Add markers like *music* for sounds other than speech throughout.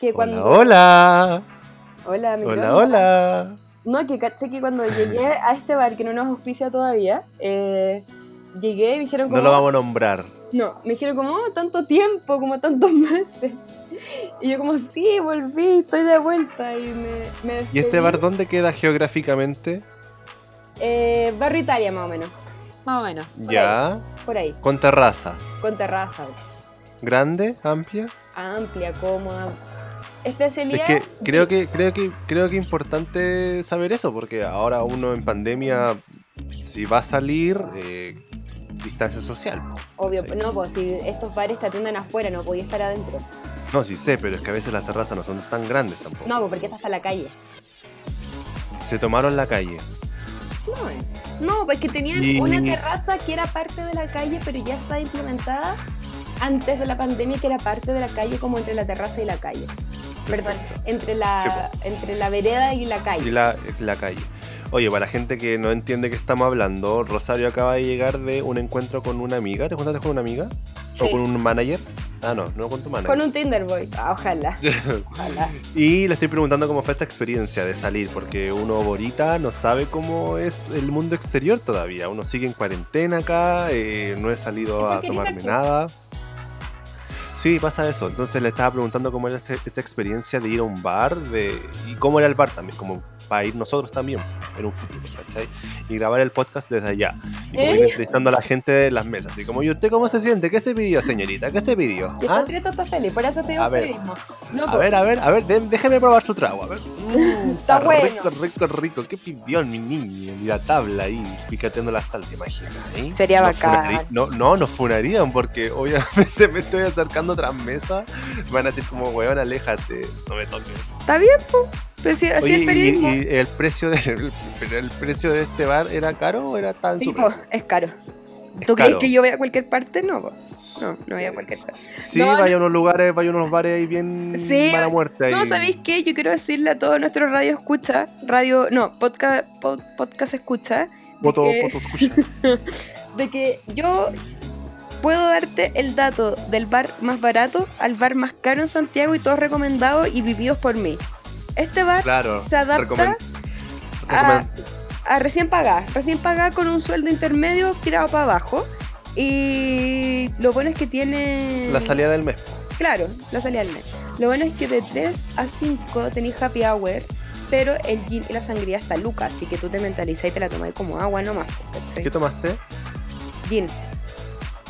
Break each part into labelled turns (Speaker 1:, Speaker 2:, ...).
Speaker 1: que cuando...
Speaker 2: Hola,
Speaker 1: Hola,
Speaker 2: hola,
Speaker 1: mi
Speaker 2: hola,
Speaker 1: Dios.
Speaker 2: hola.
Speaker 1: No, que caché que cuando llegué a este bar, que no nos auspicia todavía, eh, llegué y me dijeron como...
Speaker 2: No lo vamos a nombrar.
Speaker 1: No, me dijeron como, "Oh, tanto tiempo, como tantos *laughs* meses. Y yo como, sí, volví, estoy de vuelta. Y me, me
Speaker 2: ¿Y este
Speaker 1: despedí.
Speaker 2: bar dónde queda geográficamente?
Speaker 1: Eh, barrio Italia, más o menos.
Speaker 3: Más o menos.
Speaker 2: Ya,
Speaker 1: Por ahí,
Speaker 2: con terraza.
Speaker 1: con terraza.
Speaker 2: Grande, amplia.
Speaker 1: Amplia, cómoda. Especialidad...
Speaker 2: Es que creo que creo que creo que es importante saber eso porque ahora uno en pandemia si va a salir eh, distancia social. po,
Speaker 1: Obvio,
Speaker 2: ¿cachai?
Speaker 1: no, pues si estos bares te atienden afuera, no podía estar adentro.
Speaker 2: No, sí sé, pero es que a veces las terrazas no son tan grandes tampoco.
Speaker 1: No, pues porque esta está hasta la calle.
Speaker 2: Se tomaron la calle.
Speaker 1: No, eh. no, pues que tenían
Speaker 2: Y-
Speaker 1: una terraza que era parte de la calle, pero ya está implementada antes de la pandemia, que era parte de la calle, como entre la terraza y la calle. Perdón,
Speaker 2: Perfecto.
Speaker 1: entre
Speaker 2: Sí, pues.
Speaker 1: la, entre la vereda y la
Speaker 2: Y
Speaker 1: calle.
Speaker 2: la, la calle. Oye, para la gente que no entiende qué estamos hablando, Rosario acaba de llegar de un encuentro con una amiga. ¿Te juntaste con una amiga?
Speaker 1: Sí.
Speaker 2: ¿O con un manager? Ah, no, no con tu manager.
Speaker 1: Con un Tinder Boy. Ah,
Speaker 2: *laughs*
Speaker 1: ojalá. ojalá.
Speaker 2: Ah. Y le estoy preguntando cómo fue esta experiencia de salir, porque uno borita no sabe cómo es el mundo exterior todavía. Uno sigue en cuarentena acá, eh, no he
Speaker 1: Es
Speaker 2: salido
Speaker 1: porque
Speaker 2: a
Speaker 1: eres
Speaker 2: tomarme
Speaker 1: caché.
Speaker 2: nada. Sí, pasa eso. Entonces le estaba preguntando cómo era este- esta experiencia de ir a un bar de, y cómo era el bar también, como para ir nosotros también en un futuro, ¿cachai? Y grabar el podcast desde allá. Y como ir
Speaker 1: ¿Eh?
Speaker 2: entrevistando a la gente de las mesas. Y como, ¿y usted cómo se siente? ¿Qué se pidió, señorita? ¿Qué se pidió?
Speaker 1: Y
Speaker 2: ¿Ah?
Speaker 1: está triste, está feliz, por eso te digo
Speaker 2: A ver.
Speaker 1: periodismo. No,
Speaker 2: A
Speaker 1: pues,
Speaker 2: ver, a ver, a ver, dé- déjeme probar su trago. A ver. Mm,
Speaker 1: Está bueno.
Speaker 2: Rico, rico, rico. Qué pidió mi niño. Y la tabla ahí, picateando las tal, te imaginas. eh?
Speaker 1: Sería
Speaker 2: Nos
Speaker 1: bacán.
Speaker 2: funari- No, no, nos funarían porque obviamente *laughs* me estoy acercando a otras mesas. Van a decir como, weón, aléjate, no me toques.
Speaker 1: Está bien, pues. Pues sí, así
Speaker 2: Oye,
Speaker 1: es
Speaker 2: y-
Speaker 1: periodismo.
Speaker 2: y, el precio de el, pero el precio de este bar era caro o era tan
Speaker 1: Sí,
Speaker 2: su
Speaker 1: po,
Speaker 2: precio?
Speaker 1: es caro.
Speaker 2: Es
Speaker 1: ¿Tú crees
Speaker 2: caro.
Speaker 1: que yo voy a cualquier parte? No, pues. po. no, no voy a cualquier parte.
Speaker 2: Sí,
Speaker 1: No,
Speaker 2: vaya a unos lugares, vaya a unos bares ahí bien
Speaker 1: Sí,
Speaker 2: mala muerte. Ahí.
Speaker 1: No, ¿sabéis qué? Yo quiero decirle a todos nuestros radio escucha, radio, no, podcast, pod- podcast escucha,
Speaker 2: Poto,
Speaker 1: que-
Speaker 2: poto escucha.
Speaker 1: de que yo puedo darte el dato del bar más barato al bar más caro en Santiago y todos recomendados y vividos por mí. Este bar *laughs*
Speaker 2: Claro.
Speaker 1: se adapta
Speaker 2: recomen-
Speaker 1: a-
Speaker 2: recomen-
Speaker 1: a recién pagar, recién pagar con un sueldo intermedio tirado para abajo. Y lo bueno es que tiene...
Speaker 2: La salida del mes.
Speaker 1: Claro, la salida al mes. Lo bueno es que de 3 a 5 tenéis happy hour, pero el gin y la sangría está luca, así que tú te mentalizas y te la tomas como agua nomás. ¿cachai?
Speaker 2: ¿Qué tomaste?
Speaker 1: Gin.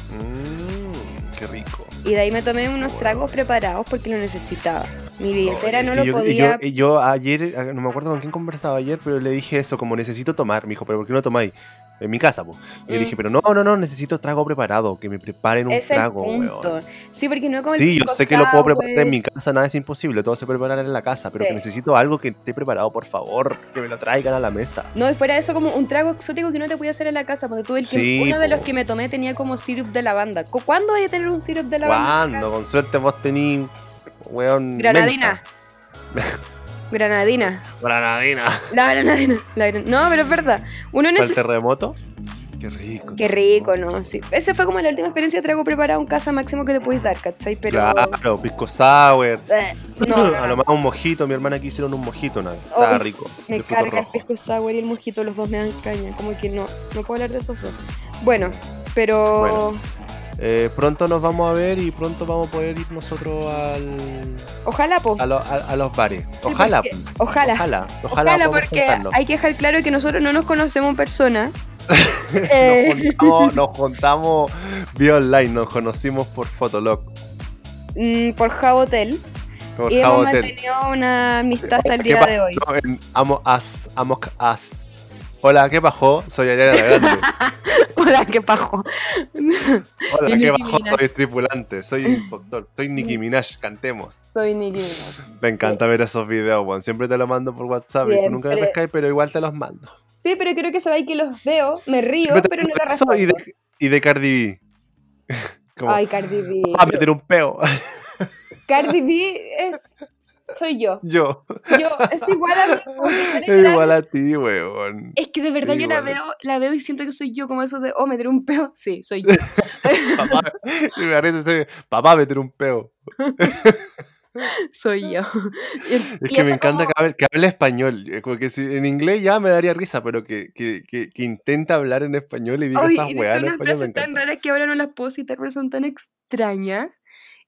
Speaker 2: Mmm, qué rico.
Speaker 1: Y de ahí me tomé unos
Speaker 2: Bueno.
Speaker 1: tragos preparados porque lo necesitaba. Mi billetera
Speaker 2: Oye,
Speaker 1: no
Speaker 2: y
Speaker 1: lo
Speaker 2: yo, y
Speaker 1: podía.
Speaker 2: Yo, y yo ayer, eh, no me acuerdo con quién conversaba ayer, pero le dije eso, como necesito tomar, me dijo, pero ¿por qué no tomáis? En mi casa, pues. Y yo
Speaker 1: Mm.
Speaker 2: le dije, pero no, no, no, necesito trago preparado, que me preparen un
Speaker 1: es
Speaker 2: trago,
Speaker 1: el punto.
Speaker 2: weón.
Speaker 1: Sí, porque no como el
Speaker 2: Sí, yo
Speaker 1: pisco
Speaker 2: sé que lo puedo preparar
Speaker 1: sour.
Speaker 2: en mi casa, nada es imposible, todo se preparará en la casa, pero
Speaker 1: Sí.
Speaker 2: que necesito algo que esté preparado, por favor, que me lo traigan a la mesa.
Speaker 1: No, y fuera de eso, como un trago exótico que no te podía hacer en la casa. Porque tú, el que,
Speaker 2: Sí,
Speaker 1: uno de
Speaker 2: po.
Speaker 1: los que me tomé tenía como syrup de lavanda. ¿Cu- ¿Cuándo voy a tener un syrup de lavanda? en la
Speaker 2: ¿Cuándo? Con suerte vos tenís, weón.
Speaker 1: Granadina.
Speaker 2: menta.
Speaker 1: Granadina.
Speaker 2: Granadina.
Speaker 1: La granadina. La gran- No, pero es verdad. Uno
Speaker 2: ¿Para el
Speaker 1: necesita.
Speaker 2: terremoto? Qué rico.
Speaker 1: Qué rico, ¿no? Sí. Esa fue como la última experiencia de trago preparado en casa máximo que te puedes dar, ¿cachai? Pero.
Speaker 2: Claro, pisco sour.
Speaker 1: eh, no, no, no.
Speaker 2: *laughs* A lo más un mojito, mi hermana que hicieron un mojito una vez.
Speaker 1: Oh,
Speaker 2: Estaba rico.
Speaker 1: Me
Speaker 2: de frutos
Speaker 1: carga el
Speaker 2: rojos.
Speaker 1: pisco sour y el mojito, los dos me dan caña. Como que no, no puedo hablar de esos dos. Bueno, pero.
Speaker 2: Eh, pronto nos vamos a ver y pronto vamos a poder ir nosotros al,
Speaker 1: Ojalá, po.
Speaker 2: a, lo- a- a los bares. Ojalá.
Speaker 1: porque- Ojalá. Ojalá.
Speaker 2: Ojalá. Ojalá. podamos
Speaker 1: porque
Speaker 2: juntarnos. *laughs*
Speaker 1: hay que dejar claro que nosotros no nos conocemos en persona.
Speaker 2: Nos,
Speaker 1: Eh,
Speaker 2: juntamos, nos juntamos vía online, nos conocimos por Fotolog,
Speaker 1: mm, por Jabotel.
Speaker 2: por
Speaker 1: Y hemos
Speaker 2: Jabotel.
Speaker 1: mantenido una amistad hasta el
Speaker 2: ¿Qué
Speaker 1: día de hoy.
Speaker 2: pasó en Amo As, Amo As. Hola, ¿qué bajó? Soy Ariana Grande.
Speaker 1: *laughs* Hola, qué pajo. *laughs*
Speaker 2: Hola,
Speaker 1: Y
Speaker 2: ¿qué
Speaker 1: Nicki
Speaker 2: bajó?
Speaker 1: Minaj.
Speaker 2: Soy tripulante, soy
Speaker 1: *laughs*
Speaker 2: impostor, soy Nicki Minaj, cantemos.
Speaker 1: Soy Nicki Minaj.
Speaker 2: Me encanta ver esos videos, Juan. Siempre te los mando por WhatsApp y tú nunca me
Speaker 1: Siempre.
Speaker 2: pescáis, pero igual te los mando.
Speaker 1: Sí, pero creo que sabéis que los veo, me río,
Speaker 2: Siempre te
Speaker 1: pero no te
Speaker 2: mando eso
Speaker 1: respondo.
Speaker 2: y de, y de Cardi B. *laughs* Como, Ah,
Speaker 1: Ay, Cardi
Speaker 2: *laughs*
Speaker 1: B.
Speaker 2: va a meter un peo.
Speaker 1: Cardi B es... Soy yo.
Speaker 2: Yo.
Speaker 1: Yo, es igual a
Speaker 2: *laughs*
Speaker 1: mí. como que igual
Speaker 2: Es
Speaker 1: a-
Speaker 2: igual a ti, weón.
Speaker 1: Es que de verdad yo la
Speaker 2: Igual.
Speaker 1: veo, la veo y siento que soy yo, como eso de, oh, me tiré un peo. Sí,
Speaker 2: *laughs*
Speaker 1: soy yo.
Speaker 2: Papá, y me parece ese, papá, meter un peo.
Speaker 1: Soy yo. *laughs*
Speaker 2: Es
Speaker 1: Y
Speaker 2: que me
Speaker 1: eso como,
Speaker 2: encanta que hable, que hable español. eh, Como que si, en inglés ya me daría risa, pero que, que, que, que intenta hablar en español y diga
Speaker 1: Ay,
Speaker 2: esas
Speaker 1: y son
Speaker 2: weas en
Speaker 1: unas
Speaker 2: español me
Speaker 1: frases tan
Speaker 2: encanta.
Speaker 1: raras que ahora no las puedo citar, pero son tan extrañas.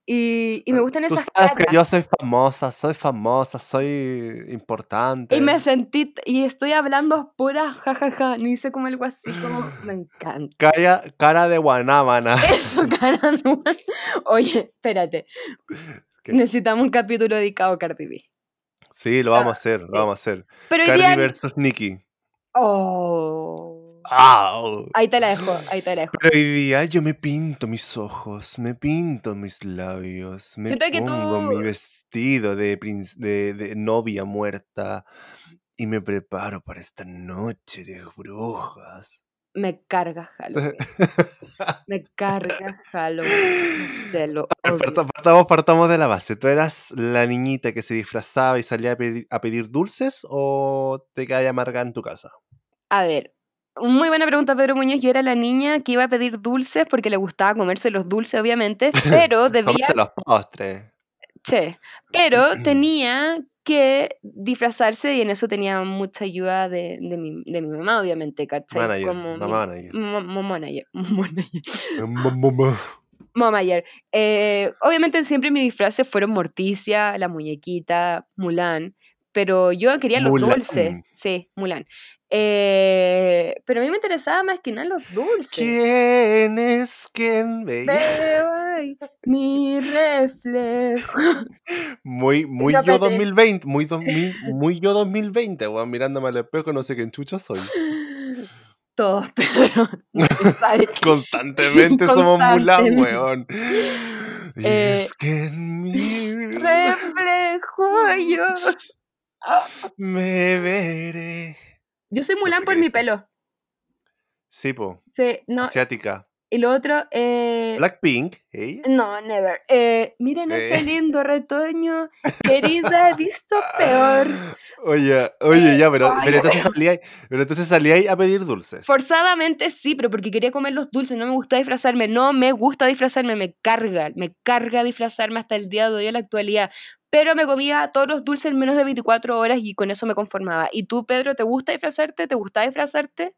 Speaker 1: Y, y me gustan
Speaker 2: Tú
Speaker 1: esas
Speaker 2: sabes que
Speaker 1: caras.
Speaker 2: yo soy famosa, soy famosa, soy
Speaker 1: Y me
Speaker 2: importante.
Speaker 1: sentí, t- y estoy hablando pura jajaja, ni sé como algo así, como me encanta.
Speaker 2: Cara, cara de guanábana.
Speaker 1: Eso, cara. no. Oye, espérate,
Speaker 2: Que-
Speaker 1: necesitamos un capítulo dedicado a Cardi B.
Speaker 2: *laughs* Sí, lo vamos a
Speaker 1: Ah,
Speaker 2: hacer, lo
Speaker 1: sí.
Speaker 2: vamos a hacer.
Speaker 1: Pero hoy
Speaker 2: Cardi
Speaker 1: día.
Speaker 2: versus Nicki.
Speaker 1: Oh.
Speaker 2: ¡Au!
Speaker 1: Ahí te la dejo, ahí te la dejo.
Speaker 2: Pero hoy día yo me pinto mis ojos, me pinto mis labios, me
Speaker 1: Siento que tú.
Speaker 2: pongo mi vestido de, princ- de, de novia muerta y me preparo para esta noche de brujas.
Speaker 1: Me carga
Speaker 2: *laughs*
Speaker 1: Halloween. Me carga Halloween. No sé, lo
Speaker 2: A ver,
Speaker 1: odio.
Speaker 2: parta- partamos, partamos de la base. ¿Tú eras la niñita que se disfrazaba y salía a pedir, a pedir dulces o te cae amarga en tu casa?
Speaker 1: A ver, muy buena pregunta, Pedro Muñoz. Yo era la niña que iba a pedir dulces porque le gustaba comerse los dulces,
Speaker 2: *laughs*
Speaker 1: obviamente, pero debía,
Speaker 2: Comerse los postres.
Speaker 1: che, pero tenía que disfrazarse y en eso tenía mucha ayuda de, de mi, de mi mamá, obviamente, ¿cachai?
Speaker 2: Manager,
Speaker 1: Como
Speaker 2: la
Speaker 1: mi *laughs*
Speaker 2: manager.
Speaker 1: mo- mo- manager, manager,
Speaker 2: Mm, mm, mm.
Speaker 1: mamayer. Eh, obviamente siempre mis disfraces fueron Morticia, la muñequita, Mulan, pero yo quería los dulces,
Speaker 2: Mulan.
Speaker 1: sí, Mulan. Eh, pero a mí me interesaba más que nada los dulces.
Speaker 2: ¿Quién es quien veía?
Speaker 1: Veo ahí mi reflejo.
Speaker 2: Muy,
Speaker 1: Y
Speaker 2: muy
Speaker 1: no
Speaker 2: yo
Speaker 1: peté.
Speaker 2: 2020, muy,
Speaker 1: *laughs*
Speaker 2: dos mil- muy yo 2020, weón, mirándome al espejo, no sé qué enchucha soy.
Speaker 1: *laughs* Todos, *laughs* Pedro. Nadie
Speaker 2: *laughs*
Speaker 1: sabe que
Speaker 2: Constantemente somos Mulan,
Speaker 1: constantemente.
Speaker 2: weón. Y
Speaker 1: *laughs* Eh,
Speaker 2: es que en
Speaker 1: *laughs*
Speaker 2: mí
Speaker 1: reflejo yo. Ah,
Speaker 2: me veré.
Speaker 1: Yo soy
Speaker 2: No
Speaker 1: Mulan
Speaker 2: sé qué
Speaker 1: por mi
Speaker 2: dice.
Speaker 1: pelo.
Speaker 2: Sí, po,
Speaker 1: Sí, no,
Speaker 2: asiática.
Speaker 1: y lo otro, eh,
Speaker 2: Blackpink, ella.
Speaker 1: no, never. Eh, miren ese
Speaker 2: Eh.
Speaker 1: lindo
Speaker 2: *laughs*
Speaker 1: retoño, querida, he visto peor.
Speaker 2: *gasps* Oye,
Speaker 1: Eh,
Speaker 2: oye, ya, pero,
Speaker 1: ay,
Speaker 2: pero
Speaker 1: ya
Speaker 2: entonces
Speaker 1: veo.
Speaker 2: salía, pero entonces salía ahí a pedir dulces.
Speaker 1: Forzadamente sí, pero porque quería comer los dulces, no me gusta disfrazarme, no me gusta disfrazarme, me carga, me carga disfrazarme hasta el día de hoy en la actualidad. Pero me comía todos los dulces en menos de 24 horas y con eso me conformaba. ¿Y tú, Pedro, te gusta disfrazarte? ¿Te gusta disfrazarte?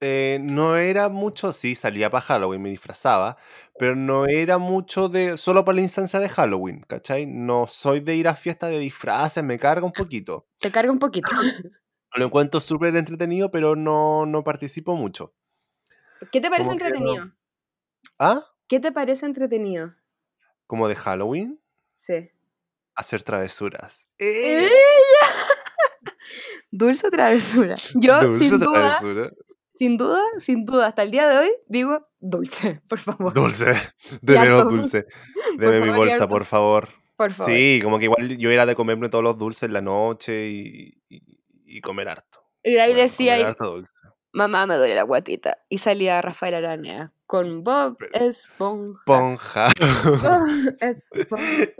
Speaker 2: Eh, no era mucho, sí, salía para Halloween, me disfrazaba, pero no era mucho de, solo para la instancia de Halloween, ¿cachai? No soy de ir a fiestas de disfraces, me carga un poquito.
Speaker 1: Te carga un
Speaker 2: *laughs*
Speaker 1: poquito.
Speaker 2: Lo encuentro súper entretenido, pero no, no participo mucho.
Speaker 1: ¿Qué te parece
Speaker 2: Como que no.
Speaker 1: entretenido?
Speaker 2: ¿Ah?
Speaker 1: ¿Qué te parece entretenido?
Speaker 2: Como de Halloween,
Speaker 1: Sí.
Speaker 2: hacer travesuras. ¡Eh!
Speaker 1: ¡Ella! Dulce o travesura. Yo,
Speaker 2: Dulce
Speaker 1: sin duda,
Speaker 2: travesura.
Speaker 1: sin duda, sin duda, hasta el día de hoy, digo dulce, *laughs* por favor.
Speaker 2: Dulce, *laughs*
Speaker 1: Y
Speaker 2: deme los
Speaker 1: harto,
Speaker 2: dulces.
Speaker 1: *laughs* por
Speaker 2: Deme mi
Speaker 1: favor, y
Speaker 2: bolsa,
Speaker 1: harto,
Speaker 2: por favor.
Speaker 1: por favor.
Speaker 2: Sí, como que igual yo era de comerme todos los dulces en la noche y, y- y comer harto.
Speaker 1: Y ahí
Speaker 2: Bueno,
Speaker 1: decía,
Speaker 2: comer
Speaker 1: ahí,
Speaker 2: harto dulce.
Speaker 1: mamá, me duele la guatita. Y salía Rafael Aranea con Bob
Speaker 2: Pero- *laughs*
Speaker 1: Esponja. *laughs*
Speaker 2: Ponja.
Speaker 1: Bob Esponja.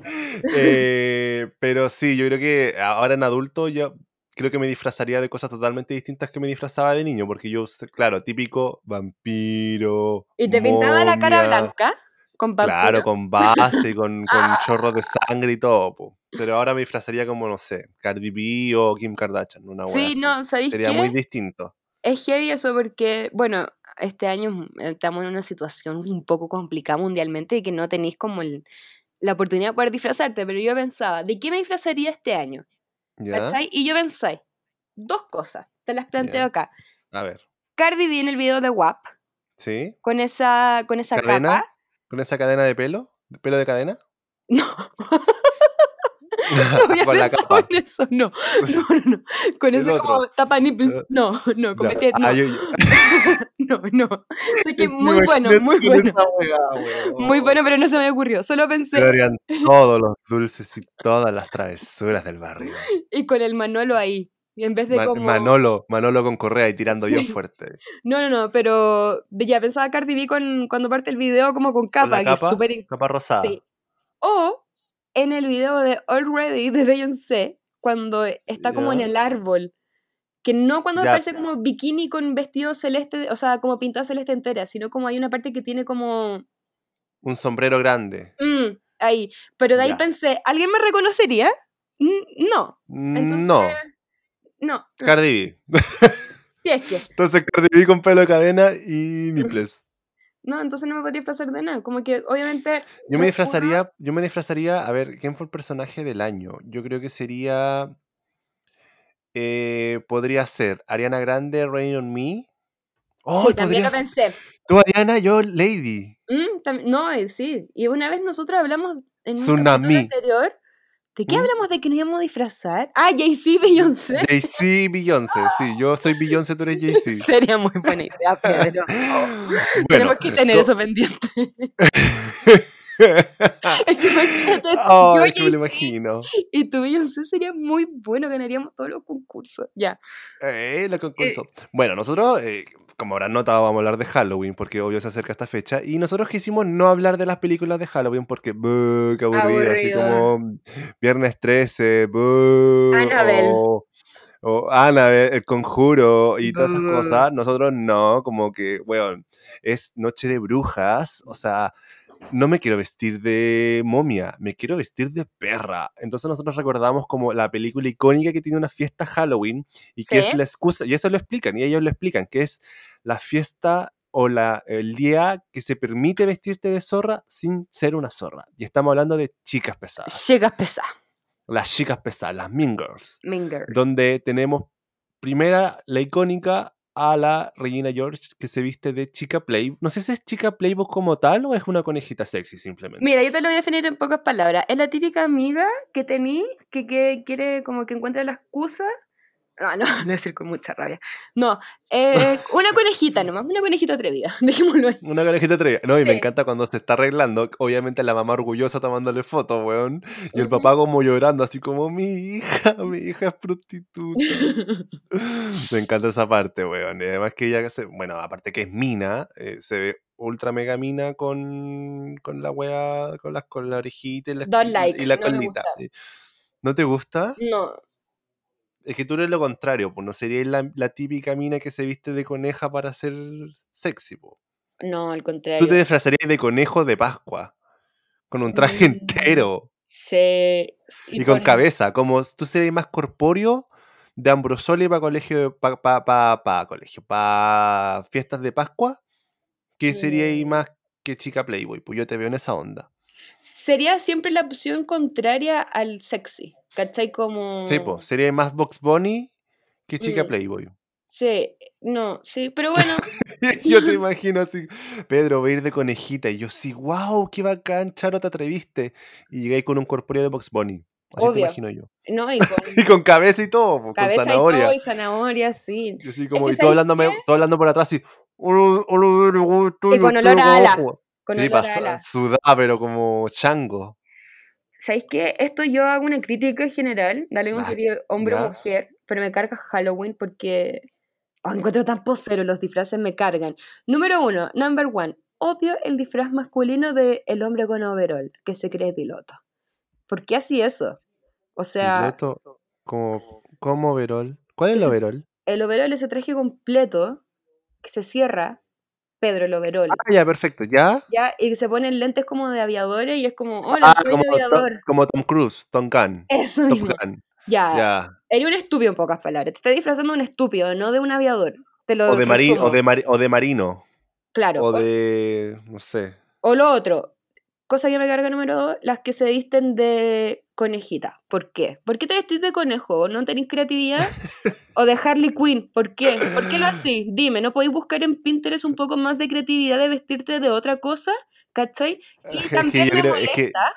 Speaker 2: Eh, pero sí, yo creo que ahora en adulto yo creo que me disfrazaría de cosas totalmente distintas que me disfrazaba de niño, porque yo, sé- claro, típico vampiro,
Speaker 1: Y te pintaba la cara
Speaker 2: momia,
Speaker 1: blanca con
Speaker 2: claro,
Speaker 1: pampuras.
Speaker 2: con base,
Speaker 1: *laughs*
Speaker 2: y con, con
Speaker 1: ¡Ah!
Speaker 2: chorros de sangre y todo. po. Pero ahora me disfrazaría como, no sé, Cardi B o Kim Kardashian, una wea
Speaker 1: Sí,
Speaker 2: así.
Speaker 1: no, ¿sabéis
Speaker 2: Sería muy
Speaker 1: qué?
Speaker 2: distinto.
Speaker 1: Es heavy eso porque, bueno, este año es un- estamos en una situación un poco complicada mundialmente y que no tenéis como el- la oportunidad de poder disfrazarte, pero yo pensaba, ¿de qué me disfrazaría este año?
Speaker 2: ¿Ya?
Speaker 1: ¿Cachai? Y yo pensé, dos cosas, te las planteo
Speaker 2: ¿Ya?
Speaker 1: acá.
Speaker 2: A ver.
Speaker 1: Cardi B en el video de WAP,
Speaker 2: ¿Sí?
Speaker 1: con esa, con esa
Speaker 2: cadena,
Speaker 1: capa.
Speaker 2: con esa cadena de pelo, de pelo de cadena,
Speaker 1: *laughs*
Speaker 2: *laughs*
Speaker 1: No, no había
Speaker 2: con
Speaker 1: pensado
Speaker 2: la capa.
Speaker 1: en eso,
Speaker 2: *laughs*
Speaker 1: no. No, no, no. Con
Speaker 2: El
Speaker 1: ese
Speaker 2: otro.
Speaker 1: como tapa nipples.
Speaker 2: eh,
Speaker 1: No, no,
Speaker 2: ya.
Speaker 1: cometí,
Speaker 2: Ah,
Speaker 1: no.
Speaker 2: yo- yo-
Speaker 1: No, no. Sé
Speaker 2: *laughs*
Speaker 1: que
Speaker 2: es que
Speaker 1: muy bueno,
Speaker 2: imagínate
Speaker 1: muy
Speaker 2: con
Speaker 1: bueno.
Speaker 2: esa weá,
Speaker 1: Muy
Speaker 2: weón.
Speaker 1: bueno, pero no se me ocurrió. Solo pensé, *laughs*
Speaker 2: Lloran todos los dulces y todas las travesuras
Speaker 1: *laughs*
Speaker 2: del barrio.
Speaker 1: y con el Manolo ahí. Y en vez de
Speaker 2: Ma-
Speaker 1: como.
Speaker 2: Manolo, Manolo con correa y tirando yo
Speaker 1: Sí.
Speaker 2: fuerte.
Speaker 1: No, no, no, pero ya pensaba Cardi B con, cuando parte el video como con
Speaker 2: Con la
Speaker 1: capa, que es
Speaker 2: capa,
Speaker 1: súper. in-
Speaker 2: capa rosada.
Speaker 1: Sí. O en el video de Already de Beyoncé, cuando está como en
Speaker 2: Ya,
Speaker 1: el árbol. que no cuando
Speaker 2: ya,
Speaker 1: aparece como bikini con vestido celeste, o sea, como pintada celeste entera, sino como hay una parte que tiene como...
Speaker 2: un sombrero grande.
Speaker 1: mm, ahí. Pero de ahí
Speaker 2: Ya.
Speaker 1: pensé, ¿alguien me reconocería? Mm, No. Entonces,
Speaker 2: No,
Speaker 1: No.
Speaker 2: Cardi B.
Speaker 1: Sí, es que.
Speaker 2: Entonces Cardi B con pelo de cadena
Speaker 1: *laughs*
Speaker 2: y nipples.
Speaker 1: No, entonces no me podría pasar de nada. Como que obviamente.
Speaker 2: Yo me
Speaker 1: Uno-
Speaker 2: disfrazaría, yo me disfrazaría, a ver, ¿quién fue el personaje del año? Yo creo que sería, eh, podría ser Ariana Grande, Rain on Me. Oh,
Speaker 1: sí, también
Speaker 2: podría
Speaker 1: lo
Speaker 2: ser
Speaker 1: pensé.
Speaker 2: tú Ariana,
Speaker 1: *laughs*
Speaker 2: yo Lady.
Speaker 1: Mm, tam- no, eh, sí. Y una vez nosotros hablamos en un capítulo
Speaker 2: Tsunami.
Speaker 1: anterior. ¿De qué
Speaker 2: ¿Mm?
Speaker 1: hablamos de que nos íbamos a disfrazar? Ah, Jay-Z,
Speaker 2: *laughs*
Speaker 1: Beyoncé.
Speaker 2: Jay-Z, Beyoncé, sí, yo soy Beyoncé, tú eres *laughs*
Speaker 1: *laughs*
Speaker 2: Jay-Z.
Speaker 1: Sería muy buena
Speaker 2: *laughs*
Speaker 1: idea, pero tenemos que tener
Speaker 2: to-
Speaker 1: eso *laughs* pendiente. Es que imagínate,
Speaker 2: *laughs* Ay,
Speaker 1: yo
Speaker 2: es que me lo
Speaker 1: Jay-Z
Speaker 2: imagino.
Speaker 1: y tú Beyoncé sería muy bueno, ganaríamos todos los concursos. Ya.
Speaker 2: Eh, la concurso. Bueno, nosotros, eh, como habrán notado, vamos a hablar de Halloween, porque obvio se acerca esta fecha. Y nosotros quisimos no hablar de las películas de Halloween, porque, buh, qué aburrido, Así
Speaker 1: Aburrido.
Speaker 2: como Viernes 13, buh,
Speaker 1: Annabelle.
Speaker 2: O, o Annabelle, El Conjuro y todas esas
Speaker 1: Buh.
Speaker 2: cosas. Nosotros no, como que, weón, es Noche de Brujas, o sea. No me quiero vestir de momia, me quiero vestir de perra. Entonces nosotros recordamos como la película icónica que tiene una fiesta Halloween, y que es
Speaker 1: Sí.
Speaker 2: la excusa, y eso lo explican, y ellos lo explican, que es la fiesta o la, el día que se permite vestirte de zorra sin ser una zorra. Y estamos hablando de chicas pesadas,
Speaker 1: Llegas pesada,
Speaker 2: las chicas pesadas, las Mean Girls,
Speaker 1: Minger.
Speaker 2: donde tenemos primera la icónica a la Regina George que se viste de chica Playboy. No sé si es chica Playboy como tal o es una conejita sexy simplemente.
Speaker 1: Mira, yo te lo voy a definir en pocas palabras. Es la típica amiga que tení, que, que quiere como que encuentra la excusa. No, *laughs* no, lo voy a decir con mucha rabia. No, eh, *laughs* una conejita nomás, una conejita atrevida. *laughs* Dejémoslo ahí.
Speaker 2: Una conejita atrevida. No, y me
Speaker 1: Sí.
Speaker 2: encanta cuando se está arreglando. Obviamente la mamá orgullosa tomándole foto, weón. Y el
Speaker 1: Ujú.
Speaker 2: papá como llorando, así como, mi hija, mi hija es
Speaker 1: *laughs*
Speaker 2: prostituta. me encanta esa parte, weón. Y además que ella, se, bueno, aparte que es mina, eh, se ve ultra mega mina con, con la wea, con, las, con la orejita y la,
Speaker 1: Don't
Speaker 2: y-
Speaker 1: like,
Speaker 2: y la
Speaker 1: no me
Speaker 2: colita. Eh, ¿No te gusta?
Speaker 1: No,
Speaker 2: Es que tú eres lo contrario, pues no sería la, la típica mina que se viste de coneja para ser sexy, po.
Speaker 1: no, al
Speaker 2: Tú te
Speaker 1: contrario.
Speaker 2: disfrazarías de conejo de Pascua, con un traje
Speaker 1: Mm.
Speaker 2: entero
Speaker 1: Se...
Speaker 2: y, con, cabeza, como s- tú serías más corpóreo de Ambrosoli para colegio, para pa, pa- pa colegio, para fiestas de Pascua, que sería ahí
Speaker 1: Mm.
Speaker 2: más que chica Playboy, pues yo te veo en esa onda.
Speaker 1: Sería siempre la opción contraria al sexy. ¿Cachai? Como...
Speaker 2: Sí, pues sería más Box Bunny que chica
Speaker 1: Mm.
Speaker 2: Playboy. *laughs*
Speaker 1: Sí, no, sí, pero bueno,
Speaker 2: yo te
Speaker 1: *laughs*
Speaker 2: imagino así, Pedro va a ir de conejita y yo sí, wow, qué bacán, Charo, te atreviste. Y llegáis con un corpóreo de Box Bunny, así te
Speaker 1: Obvio.
Speaker 2: imagino yo.
Speaker 1: no, y con
Speaker 2: *laughs* Y con cabeza y todo, po, con
Speaker 1: cabeza y
Speaker 2: zanahoria.
Speaker 1: todo, y zanahoria, sí.
Speaker 2: Y así como,
Speaker 1: que
Speaker 2: y todo
Speaker 1: ¿sabes
Speaker 2: hablándome,
Speaker 1: qué?
Speaker 2: todo hablando por atrás y. "Olo- olo- olo- olo-
Speaker 1: Y con
Speaker 2: olo-
Speaker 1: olor a ala,
Speaker 2: olo".
Speaker 1: Con
Speaker 2: Sí,
Speaker 1: olor a
Speaker 2: pasa,
Speaker 1: ala.
Speaker 2: sudaba, pero como chango.
Speaker 1: ¿Sabéis qué? Esto yo hago una crítica general, dale un
Speaker 2: Ya,
Speaker 1: sería hombre
Speaker 2: ya.
Speaker 1: o mujer, pero me carga Halloween porque oh, encuentro tan posero, los disfraces me cargan. Número uno, number one, odio el disfraz masculino del el hombre con overall, que se cree piloto. ¿Por qué así eso? O sea,
Speaker 2: Piloto, como, como overol. ¿Cuál es el
Speaker 1: Ese-
Speaker 2: overol?
Speaker 1: el overall, ese traje completo que se cierra, Pedro el overall.
Speaker 2: Ah, ya, perfecto, ya.
Speaker 1: Ya, y se ponen lentes como de aviadores y es como, hola,
Speaker 2: Ah,
Speaker 1: soy
Speaker 2: como, Tom-
Speaker 1: aviador.
Speaker 2: como Tom Cruise, Tom Gunn.
Speaker 1: Eso
Speaker 2: Top
Speaker 1: mismo.
Speaker 2: Gun,
Speaker 1: Ya,
Speaker 2: ya.
Speaker 1: eres un estúpido en pocas palabras. Te estás disfrazando de un estúpido, no de un aviador. Te lo
Speaker 2: O de, mari- o,
Speaker 1: resumo.
Speaker 2: de mari- o de marino.
Speaker 1: Claro.
Speaker 2: O
Speaker 1: O,
Speaker 2: de. No sé.
Speaker 1: o lo otro, cosa que me carga número dos, las que se visten de conejita. ¿Por qué? ¿Por qué te vestís de conejo? ¿No tenéis creatividad?
Speaker 2: *laughs*
Speaker 1: ¿O de Harley Quinn? ¿Por qué? ¿Por qué lo así? Dime, ¿no podéis buscar en Pinterest un poco más de creatividad de vestirte de otra cosa? ¿Cachai? Y
Speaker 2: *laughs* Es que
Speaker 1: también
Speaker 2: yo
Speaker 1: me
Speaker 2: creo. Es que.
Speaker 1: molesta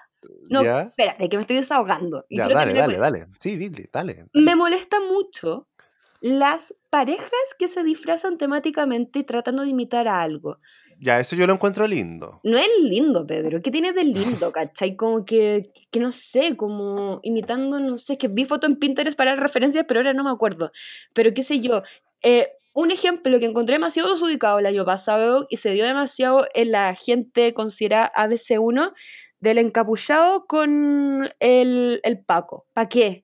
Speaker 1: No,
Speaker 2: Ya.
Speaker 1: espérate, que me estoy desahogando. Y
Speaker 2: Ya,
Speaker 1: quiero
Speaker 2: dale,
Speaker 1: terminar con
Speaker 2: dale,
Speaker 1: esto.
Speaker 2: dale. Sí, dile, dale. dale.
Speaker 1: Me molesta mucho las parejas que se disfrazan temáticamente tratando de imitar a algo.
Speaker 2: Ya, eso yo lo encuentro lindo.
Speaker 1: No es lindo, Pedro. ¿Qué tienes de lindo, cachai? Como que, que no sé, como imitando, no sé, es que vi foto en Pinterest para referencias, pero ahora no me acuerdo. Pero qué sé yo. Eh, un ejemplo que encontré demasiado desubicado el año pasado y se dio demasiado en la gente considerada ABC1 del encapuchado con el, el Paco. ¿Para qué?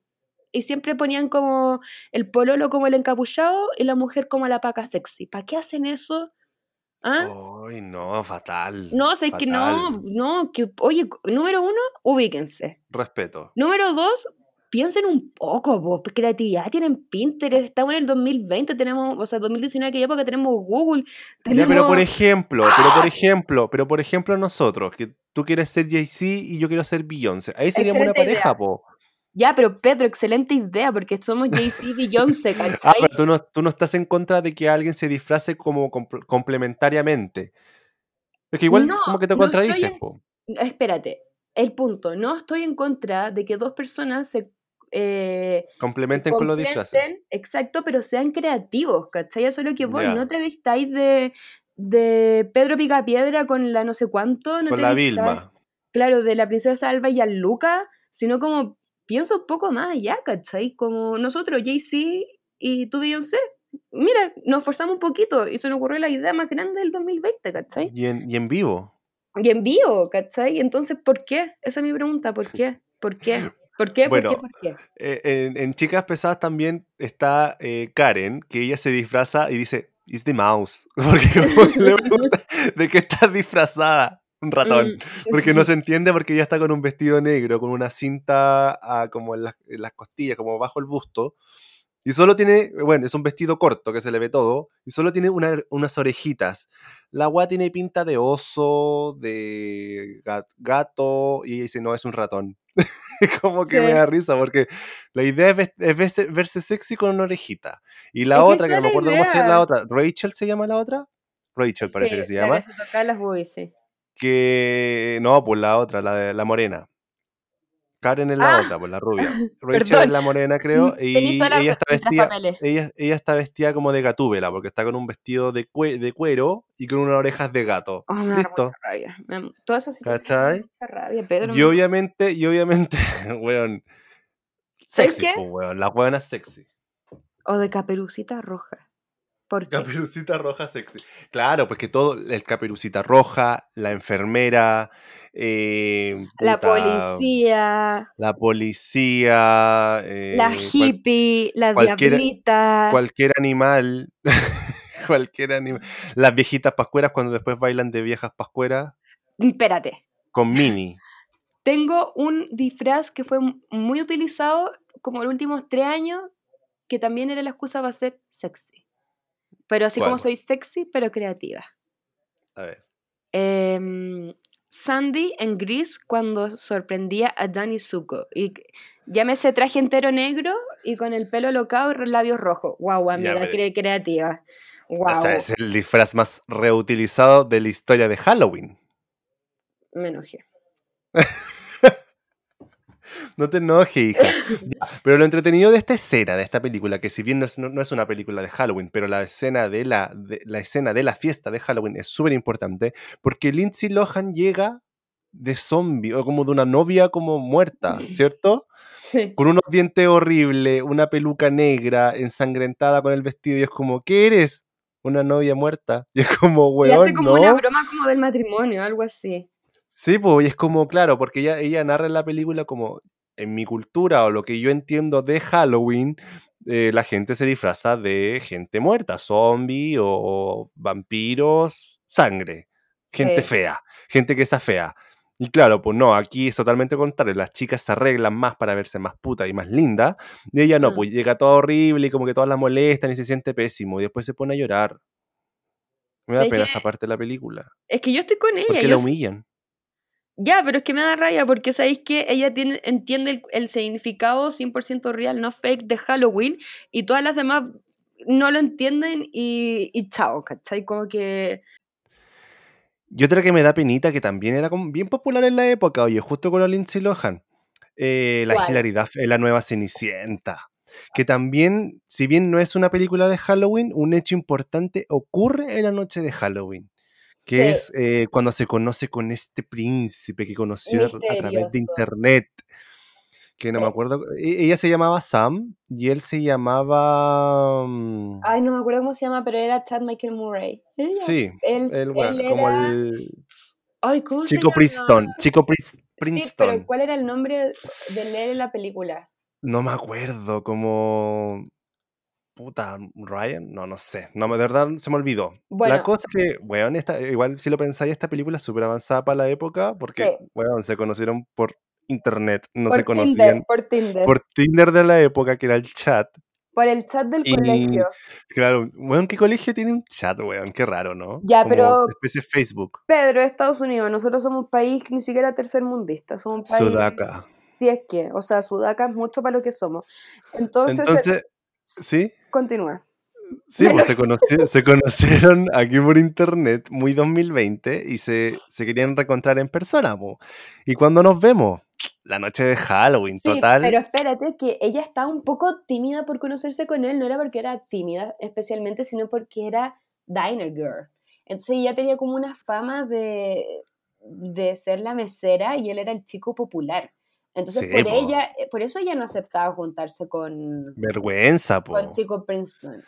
Speaker 1: Y siempre ponían como el pololo como el encapuchado y la mujer como la paca sexy. ¿Para qué hacen eso? ¿Ah?
Speaker 2: Ay, no, fatal.
Speaker 1: No, sé que no,
Speaker 2: fatal.
Speaker 1: no, que, oye, número uno, ubíquense.
Speaker 2: Respeto.
Speaker 1: Número dos, piensen un poco, vos, creatividad, tienen Pinterest, estamos en el 2020, tenemos, o sea, 2019, aquella época tenemos Google,
Speaker 2: Ya,
Speaker 1: tenemos... ¡Ah!
Speaker 2: pero por ejemplo, pero por ejemplo, pero por ejemplo nosotros, que tú quieres ser Jay-Z y yo quiero ser Beyoncé. Ahí seríamos una
Speaker 3: Excelente idea.
Speaker 2: pareja, po.
Speaker 1: Ya, pero Pedro, excelente idea, porque somos Jay-Z y Beyoncé, ¿cachai?
Speaker 2: *laughs* Ah, pero tú no, tú no estás en contra de que alguien se disfrace como compl- complementariamente. Es que igual
Speaker 1: No,
Speaker 2: como que te
Speaker 1: no estoy
Speaker 2: contradices,
Speaker 1: en-
Speaker 2: po.
Speaker 1: No, Espérate, el punto, no estoy en contra de que dos personas se... eh, se
Speaker 2: Complementen con los disfraces.
Speaker 1: complementen, Exacto, pero sean creativos, ¿cachai? Eso es lo que vos,
Speaker 2: Ya.
Speaker 1: no te vistáis de, de Pedro Picapiedra con la no sé cuánto, no
Speaker 2: Con
Speaker 1: te
Speaker 2: la
Speaker 1: vistáis-
Speaker 2: Vilma.
Speaker 1: claro, de la princesa Alba y a Luca, sino como piensa un poco más allá, ¿cachai? Como nosotros, Jay-Z y tú, Beyoncé. Mira, nos forzamos un poquito y se nos ocurrió la idea más grande del 2020, ¿cachai?
Speaker 2: Y en, y en vivo.
Speaker 1: Y en vivo, ¿cachai? Entonces, ¿por qué? Esa es mi pregunta, ¿por qué? ¿Por qué? ¿Por qué? ¿Por
Speaker 2: Bueno,
Speaker 1: qué? ¿Por qué?
Speaker 2: Eh, en, en Chicas Pesadas también está eh, Karen, que ella se disfraza y dice, It's the mouse. *laughs*
Speaker 1: *laughs*
Speaker 2: Porque le pregunta, ¿de qué estás disfrazada? Un ratón.
Speaker 1: *laughs* Mm,
Speaker 2: Porque no se entiende porque ella está con un vestido negro, con una cinta ah, como en las, en las costillas, como bajo el busto. Y solo tiene, bueno, es un vestido corto que se le ve todo. Y solo tiene una- unas orejitas. La agua tiene pinta de oso, de ga- gato. Y ella dice, no, es un ratón. *laughs* como que me
Speaker 1: Sí.
Speaker 2: da risa porque la idea es, ves- es verse, verse sexy con una orejita. Y la
Speaker 1: Es que
Speaker 2: otra, que
Speaker 1: esa
Speaker 2: no me
Speaker 1: es la
Speaker 2: acuerdo cómo se llama
Speaker 1: idea.
Speaker 2: la otra. ¿Rachel se llama la otra? Rachel parece que
Speaker 1: Sí,
Speaker 2: se
Speaker 1: la
Speaker 2: llama
Speaker 1: se tocaba las boobies, sí.
Speaker 2: que no, pues la otra, la de la morena. Karen es la
Speaker 1: Ah.
Speaker 2: otra,
Speaker 1: *laughs*
Speaker 2: pues la rubia. Rachel
Speaker 1: Perdón. Mm,
Speaker 2: es la morena, creo,
Speaker 1: Tenéis
Speaker 2: y
Speaker 1: toda la
Speaker 2: ella
Speaker 1: razón,
Speaker 2: está
Speaker 1: las
Speaker 2: vestida
Speaker 1: papeles.
Speaker 2: ella, ella está vestida como de gatúbela, porque está con un vestido de, cue- de cuero y con unas orejas de gato.
Speaker 1: Oh, me da
Speaker 2: Listo.
Speaker 1: mucha rabia. Me da- Todas esas situaciones me dan
Speaker 2: ¿Cachai?
Speaker 1: mucha rabia, Pedro.
Speaker 2: Y obviamente, y obviamente, *laughs* weón.
Speaker 1: ¿Sabes
Speaker 2: Sexy,
Speaker 1: qué?
Speaker 2: pues, weón. La weona sexy. *laughs*
Speaker 1: O de caperucita roja. ¿Por qué?
Speaker 2: Caperucita roja sexy. Claro, pues que todo, el caperucita roja, la enfermera, eh,
Speaker 1: La
Speaker 2: puta,
Speaker 1: policía,
Speaker 2: la policía, eh,
Speaker 1: la
Speaker 2: cual-
Speaker 1: hippie, la
Speaker 2: cualquiera-
Speaker 1: diablita.
Speaker 2: cualquier animal, *laughs* cualquier animal, las viejitas pascueras cuando después bailan de viejas pascueras
Speaker 1: Espérate.
Speaker 2: con mini.
Speaker 1: Tengo un disfraz que fue m- muy utilizado como los últimos tres años, que también era la excusa para ser sexy. Pero así como
Speaker 2: ¿Cuál?
Speaker 1: soy sexy, pero creativa.
Speaker 2: A ver.
Speaker 1: em, Sandy en gris cuando sorprendía a Danny Zuko. Y c- llámese traje entero negro y con el pelo locado y los labios rojos. Guau,
Speaker 2: Ya,
Speaker 1: amiga,
Speaker 2: pero-
Speaker 1: cre- creativa. Guau.
Speaker 2: O sea, es el disfraz más reutilizado de la historia de Halloween.
Speaker 1: Me enojé.
Speaker 2: No te enojes,
Speaker 1: *laughs*
Speaker 2: hija. Ya, Pero lo entretenido de esta escena, de esta película, que si bien no es, no- no es una película de Halloween, pero la escena de la, de- la escena de la fiesta de Halloween es súper importante, porque Lindsay Lohan llega de zombie, o como de una novia
Speaker 1: *laughs*
Speaker 2: como muerta, ¿cierto?
Speaker 1: Sí.
Speaker 2: Con unos dientes horribles, una peluca negra, ensangrentada con el vestido, y es como, ¿qué eres? Una novia muerta. *laughs* Y es como,
Speaker 1: Y
Speaker 2: weón,
Speaker 1: hace como
Speaker 2: no.
Speaker 1: una broma como del matrimonio, algo así.
Speaker 2: Sí, pues, y es como, claro, porque ella, ella narra en la película como, en mi cultura o lo que yo entiendo de Halloween, eh, la gente se disfraza de gente muerta, zombie o vampiros, sangre, gente
Speaker 1: Sí.
Speaker 2: fea, gente que es fea. Y claro, pues no, aquí es totalmente contrario, las chicas se arreglan más para verse más puta y más linda, y ella no,
Speaker 1: Mm.
Speaker 2: pues llega toda horrible y como que todas la molestan y se siente pésimo, y después se pone a llorar. Me da
Speaker 1: ¿Sabes
Speaker 2: pena
Speaker 1: qué?
Speaker 2: esa parte de la película,
Speaker 1: Es que yo estoy con ella.
Speaker 2: porque
Speaker 1: yo
Speaker 2: la
Speaker 1: s-
Speaker 2: humillan.
Speaker 1: ya, pero es que me da rabia porque sabéis que ella tiene, entiende el, el significado 100% real, no fake, de Halloween y todas las demás no lo entienden y, y chao, ¿cachai? Como que...
Speaker 2: Y otra que me da penita, que también era como bien popular en la época, oye, justo con la Lindsay Lohan, eh, la
Speaker 1: ¿Cuál?
Speaker 2: hilaridad es la nueva Cenicienta. Que también, si bien no es una película de Halloween, un hecho importante ocurre en la noche de Halloween, que
Speaker 1: sí.
Speaker 2: es eh, cuando se conoce con este príncipe que conoció a- a través
Speaker 1: Misterioso.
Speaker 2: de internet, que no me
Speaker 1: Sí.
Speaker 2: acuerdo, e- ella se llamaba Sam y él se llamaba... mm,
Speaker 1: Ay, no me acuerdo cómo se llama, pero era Chad Michael Murray. Él, era-
Speaker 2: Sí,
Speaker 1: él,
Speaker 2: el,
Speaker 1: él
Speaker 2: weón,
Speaker 1: era...
Speaker 2: como el
Speaker 1: Ay, ¿cómo se
Speaker 2: chico
Speaker 1: llama?
Speaker 2: Princeton, chico Prince-
Speaker 1: Sí,
Speaker 2: Princeton.
Speaker 1: pero ¿cuál era el nombre de él en la película?
Speaker 2: No me acuerdo, como. Puta, mm, Ryan, no, no sé. No, de verdad se me olvidó.
Speaker 1: Bueno.
Speaker 2: La cosa es que, weón, esta, igual si lo pensáis, esta película es súper avanzada para la época porque, weón, se conocieron por internet, no
Speaker 1: por
Speaker 2: se
Speaker 1: Tinder,
Speaker 2: conocían
Speaker 1: por Tinder, por,
Speaker 2: por Tinder de la época, que era el chat.
Speaker 1: el chat del
Speaker 2: Y-
Speaker 1: colegio.
Speaker 2: Claro, weón, ¿qué colegio tiene un chat, weón? Qué raro, ¿no?
Speaker 1: Ya,
Speaker 2: Como
Speaker 1: pero-
Speaker 2: Especie de Facebook.
Speaker 1: Pedro, Estados Unidos, nosotros somos un país que ni siquiera tercermundista, somos un país...
Speaker 2: Sudaca.
Speaker 1: Si es que, o sea, Sudaca es mucho para lo que somos. Entonces, eh,
Speaker 2: Entonces, ¿sí?
Speaker 1: continúa.
Speaker 2: Sí,
Speaker 1: Bueno.
Speaker 2: pues se, conoci- se conocieron aquí por internet muy 2020 y se, se querían reencontrar en persona. po. ¿Y cuando nos vemos? La noche de Halloween,
Speaker 1: Sí,
Speaker 2: total.
Speaker 1: pero espérate que ella estaba un poco tímida por conocerse con él, no era porque era tímida especialmente, sino porque era diner girl. Entonces ella tenía como una fama de, de ser la mesera y él era el chico popular. Entonces
Speaker 2: Sí,
Speaker 1: por
Speaker 2: po.
Speaker 1: ella, eh, por eso ella no aceptaba juntarse con,
Speaker 2: Vergüenza, po.
Speaker 1: con Chico Princeton.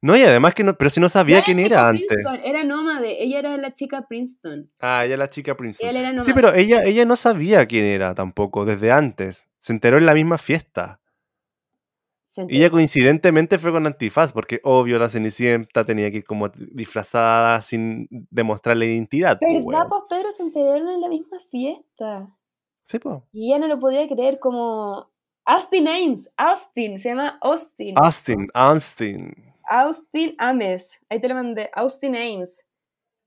Speaker 2: No, y además que no, pero si no sabía
Speaker 1: No
Speaker 2: quién
Speaker 1: Chico
Speaker 2: era antes.
Speaker 1: Princeton, era nómade, ella era la chica Princeton.
Speaker 2: Ah, ella es la chica Princeton.
Speaker 1: Él era nómade.
Speaker 2: Sí, pero ella, ella no sabía quién era tampoco desde antes. Se enteró en la misma fiesta.
Speaker 1: Se
Speaker 2: Y ella coincidentemente fue con antifaz, porque obvio la Cenicienta tenía que ir como disfrazada sin demostrar la identidad. po,
Speaker 1: ¿Verdad,
Speaker 2: weón.
Speaker 1: pues Pedro se enteraron en la misma fiesta?
Speaker 2: Sí, po.
Speaker 1: Y ella no lo podía creer como... Austin Ames, Austin, se llama Austin.
Speaker 2: Austin, Austin. *laughs*
Speaker 1: Austin Ames, ahí te lo mandé, Austin Ames.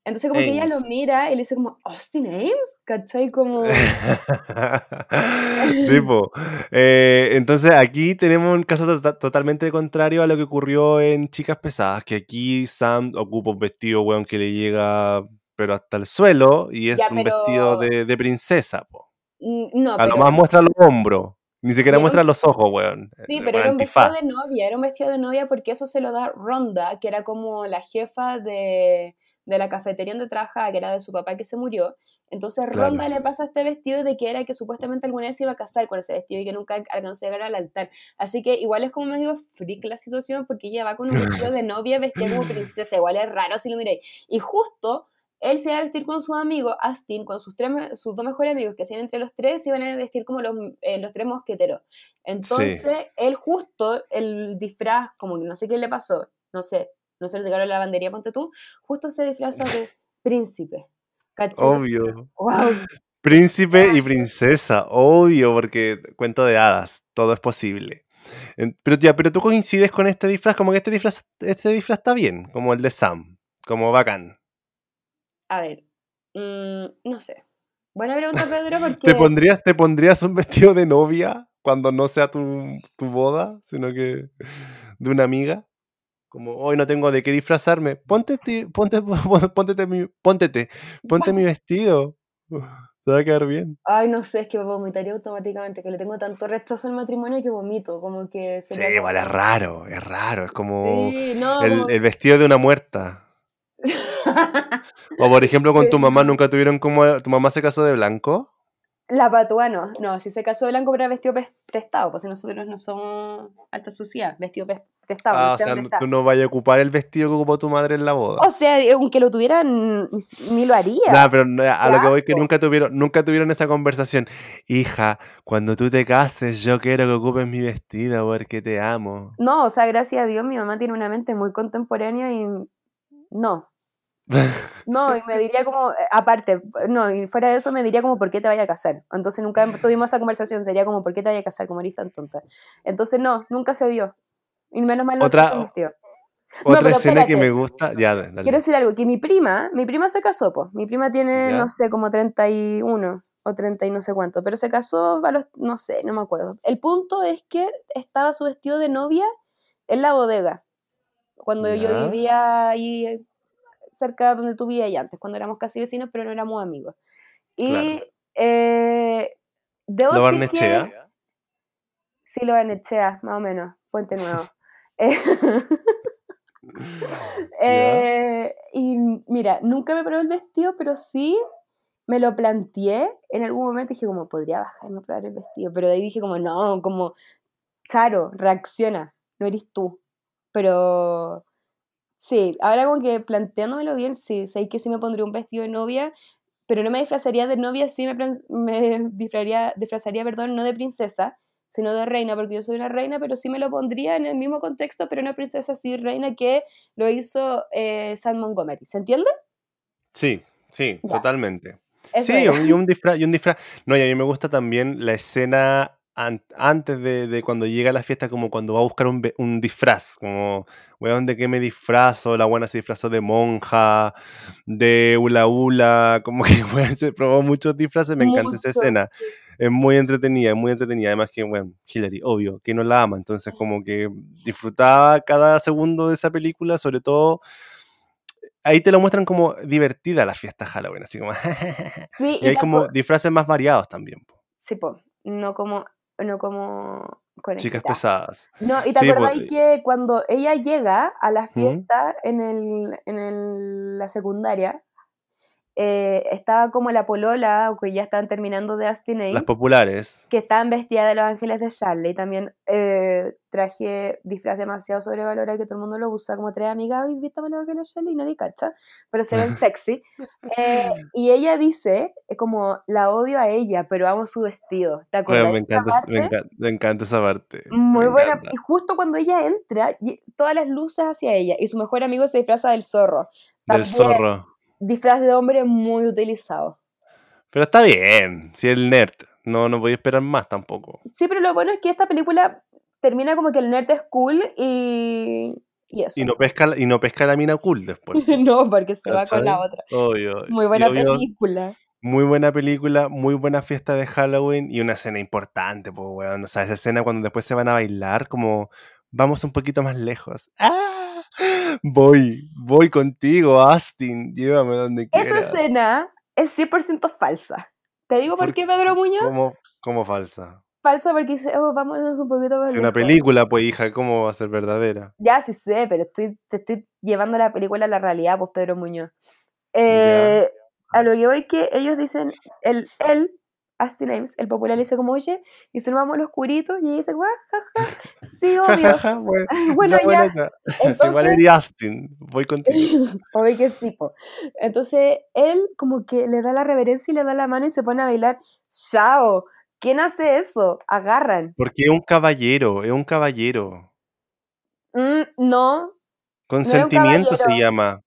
Speaker 1: Entonces como que ella lo
Speaker 2: Ames.
Speaker 1: mira y le dice como, ¿Austin Ames? ¿Cachai?
Speaker 2: *laughs*
Speaker 1: Como...
Speaker 2: sí, po. Eh, entonces aquí tenemos un caso tota- totalmente contrario a lo que ocurrió en Chicas Pesadas, que aquí Sam ocupa un vestido, weón, que le llega pero hasta el suelo y es
Speaker 1: Ya,
Speaker 2: un vestido
Speaker 1: pero-
Speaker 2: de, de princesa, po.
Speaker 1: "Mm, No,
Speaker 2: A lo
Speaker 1: pero...
Speaker 2: más muestra los hombros, ni siquiera
Speaker 1: Era un-
Speaker 2: muestra los ojos, weón.
Speaker 1: Sí,
Speaker 2: Eh,
Speaker 1: pero
Speaker 2: weón,
Speaker 1: era un
Speaker 2: antifaz.
Speaker 1: vestido de novia, era un vestido de novia porque eso se lo da Ronda, que era como la jefa de, de la cafetería donde trabajaba, que era de su papá que se murió. Entonces
Speaker 2: Claro.
Speaker 1: Ronda le pasa este vestido de que era que supuestamente alguna vez se iba a casar con ese vestido y que nunca alcanzó a llegar al altar. Así que igual es como me digo freak la situación porque ella va con un vestido de novia vestida como princesa, igual es raro si lo miráis. Y justo él se iba a vestir con su amigo Astin, con sus, tres, me- sus dos mejores amigos que hacían entre los tres, se iban a vestir como los, eh, los tres mosqueteros. Entonces, él justo, el disfraz, como que no sé qué le pasó, no sé, no se lo llegaron a la lavandería, ponte tú, justo se disfraza
Speaker 2: *laughs*
Speaker 1: de príncipe. ¿Cachai?
Speaker 2: Obvio.
Speaker 1: Guau,
Speaker 2: Príncipe y princesa, obvio, porque cuento de hadas, todo es posible. En- Pero ya, pero tú coincides con este disfraz, como que este disfraz, este disfraz está bien, como el de Sam, como bacán.
Speaker 1: A ver, mm, no sé. Buena pregunta,
Speaker 2: *laughs*
Speaker 1: Pedro,
Speaker 2: ¿Te
Speaker 1: porque...
Speaker 2: pondrías, ¿Te pondrías un *laughs* vestido de novia cuando no sea tu, tu boda, sino que de una amiga? Como hoy no tengo de qué disfrazarme. Ponte, ti- ponte, *laughs* ponte, mi, póntete, ponte mi vestido. Te va a quedar bien.
Speaker 1: Ay, no sé, es que vomitaría automáticamente, que le tengo tanto rechazo al matrimonio que vomito, como que...
Speaker 2: Sí,
Speaker 1: sería como-
Speaker 2: igual es raro, es raro, es como...
Speaker 1: Sí, no, como-
Speaker 2: El, el vestido de una muerta. O por ejemplo, con tu mamá nunca tuvieron como. ¿Tu mamá se casó de blanco?
Speaker 1: *laughs* La patúa no, no, si se casó blanco pero era vestido pres- prestado, pues si nosotros no somos alta sociedad, vestido pres- prestado.
Speaker 2: Ah,
Speaker 1: no
Speaker 2: o sea,
Speaker 1: prestado.
Speaker 2: tú no vayas a ocupar el vestido que ocupó tu madre en la boda.
Speaker 1: O sea, eh, aunque lo tuvieran, ni si- ni lo haría.
Speaker 2: Nah, pero no, a lo que voy que
Speaker 1: asco.
Speaker 2: nunca tuvieron, nunca tuvieron esa conversación. Hija, cuando tú te cases, yo quiero que ocupes mi vestido porque te amo.
Speaker 1: No, o sea, gracias a Dios mi mamá tiene una mente muy contemporánea y no. No, y me diría como, eh, aparte, no, y fuera de eso me diría como, ¿por qué te vaya a casar? Entonces nunca tuvimos esa conversación, sería como, ¿por qué te vaya a casar? Como eres tan tonta. Entonces no, nunca se dio. Y menos mal no se
Speaker 2: Otra-
Speaker 1: convirtió.
Speaker 2: Otra
Speaker 1: pero
Speaker 2: escena que
Speaker 1: espérate.
Speaker 2: me gusta. Ya, dale.
Speaker 1: Quiero decir algo, que mi prima, mi prima se casó, pues. Mi prima tiene,
Speaker 2: Ya.
Speaker 1: no sé, como 31 o 30 y no sé cuánto, pero se casó a los, no sé, no me acuerdo. El punto es que estaba su vestido de novia en la bodega, cuando yo
Speaker 2: Ya.
Speaker 1: vivía ahí cerca de donde tú vivías ahí antes, cuando éramos casi vecinos, pero no éramos amigos. Y
Speaker 2: Claro.
Speaker 1: eh, debo
Speaker 2: Lo
Speaker 1: decir que-
Speaker 2: barnechea.
Speaker 1: Sí, lo Barnechea, más o menos, Puente Nuevo. *laughs* Eh, Eh, y mira, nunca me probé el vestido, pero sí me lo planteé en algún momento. Dije, como, podría bajarme a probar el vestido. Pero de ahí dije, como, no, como, Charo, reacciona, no eres tú. Pero sí, ahora como que planteándomelo bien, sí, sé que sí me pondría un vestido de novia, pero no me disfrazaría de novia, sí me, pran- me disfrazaría, disfrazaría, perdón, no de princesa, sino de reina, porque yo soy una reina, pero sí me lo pondría en el mismo contexto, pero una princesa sí reina que lo hizo eh, San Montgomery. ¿Se entiende?
Speaker 2: Sí, sí,
Speaker 1: Ya.
Speaker 2: totalmente.
Speaker 1: Eso
Speaker 2: sí,
Speaker 1: era.
Speaker 2: un- y un disfraz, y un disfraz. No, y a mí me gusta también la escena an- antes de, de cuando llega a la fiesta, como cuando va a buscar un, ve- un disfraz, como, weón, ¿de qué me disfrazo? La buena se disfrazó de monja, de hula hula, *laughs* como que, weón, se probó muchos disfraces, me encanta esa
Speaker 1: Mucho,
Speaker 2: escena.
Speaker 1: sí.
Speaker 2: Es muy entretenida, es muy entretenida. Además que, bueno, Hillary, obvio, que no la ama. Entonces, como que disfrutaba cada segundo de esa película, sobre todo... Ahí te lo muestran como divertida la fiesta Halloween, así como... *laughs*
Speaker 1: Sí,
Speaker 2: Y hay como
Speaker 1: tampoco-
Speaker 2: disfraces más variados también, po.
Speaker 1: Sí, po, no como, no como
Speaker 2: chicas
Speaker 1: conejita.
Speaker 2: pesadas.
Speaker 1: No, y te
Speaker 2: Sí, po,
Speaker 1: acordáis
Speaker 2: eh.
Speaker 1: que cuando ella llega a la
Speaker 2: Ujú.
Speaker 1: fiesta en, el, en el- la secundaria, eh, estaba como la polola, o que ya estaban terminando de Austin
Speaker 2: Las populares.
Speaker 1: que estaban vestidas de los ángeles de Charlie. También eh, traje disfraz demasiado sobrevalorado que todo el mundo lo usa, como tres amigas "Ay, vistamos los ángeles de Charlie y nadie cacha, pero se
Speaker 2: *laughs*
Speaker 1: ven sexy. Eh, y ella dice, eh, como, la odio a ella, pero amo su vestido. ¿Te acordás?
Speaker 2: Bueno,
Speaker 1: de
Speaker 2: me,
Speaker 1: esa
Speaker 2: encanta, es- me,
Speaker 1: parte?
Speaker 2: encanta, me encanta esa parte.
Speaker 1: Muy
Speaker 2: me
Speaker 1: buena.
Speaker 2: encanta.
Speaker 1: Y justo cuando ella entra, y- todas las luces hacia ella. Y su mejor amigo se disfraza del zorro.
Speaker 2: Del
Speaker 1: También
Speaker 2: zorro.
Speaker 1: disfraz de hombre muy utilizado.
Speaker 2: Pero está bien, si el nerd. No, no voy a esperar más tampoco.
Speaker 1: Sí, pero lo bueno es que esta película termina como que el nerd es cool y, y eso.
Speaker 2: Y no pesca, la- y no pesca la mina cool después.
Speaker 1: *laughs* no, porque se va con
Speaker 2: ¿cachai?
Speaker 1: la otra.
Speaker 2: Obvio. obvio.
Speaker 1: Muy
Speaker 2: Y
Speaker 1: buena
Speaker 2: obvio,
Speaker 1: película.
Speaker 2: Muy buena película, muy buena fiesta de Halloween y una escena importante, pues, weón. O sea, esa escena cuando después se van a bailar, como, vamos un poquito más lejos. ¡Ah! *gasps* Voy, voy contigo, Austin, llévame donde
Speaker 1: Esa
Speaker 2: quieras.
Speaker 1: escena es 100% falsa. Te digo por,
Speaker 2: ¿Por
Speaker 1: qué, Pedro Muñoz.
Speaker 2: ¿Cómo, cómo falsa?
Speaker 1: Falsa porque dice, oh, vámonos un poquito más
Speaker 2: Si una
Speaker 1: lejos".
Speaker 2: película, pues, hija, ¿cómo va a ser verdadera? *laughs*
Speaker 1: Ya sí sé, pero estoy, te estoy llevando la película a la realidad, pues Pedro Muñoz. Eh,
Speaker 2: Ya.
Speaker 1: a lo que voy que ellos dicen, el, él, Austin Ames, el popular, le dice como, oye, y se nos vamos los curitos, y ella dice, guau, jaja, sí,
Speaker 2: Ja,
Speaker 1: obvio.
Speaker 2: *laughs*
Speaker 1: *laughs*
Speaker 2: ja, ja, bueno,
Speaker 1: bueno,
Speaker 2: ya, bueno, *laughs*
Speaker 1: ya,
Speaker 2: ya. Si igual
Speaker 1: entonces,
Speaker 2: eres Austin, voy contigo.
Speaker 1: *laughs* obvio que sí, po. Entonces, él como que le da la reverencia y le da la mano y se pone a bailar, chao, ¿quién hace eso? Agarran.
Speaker 2: Porque es un caballero, es un caballero.
Speaker 1: "Mm, no,
Speaker 2: Consentimiento se
Speaker 1: caballero.
Speaker 2: llama.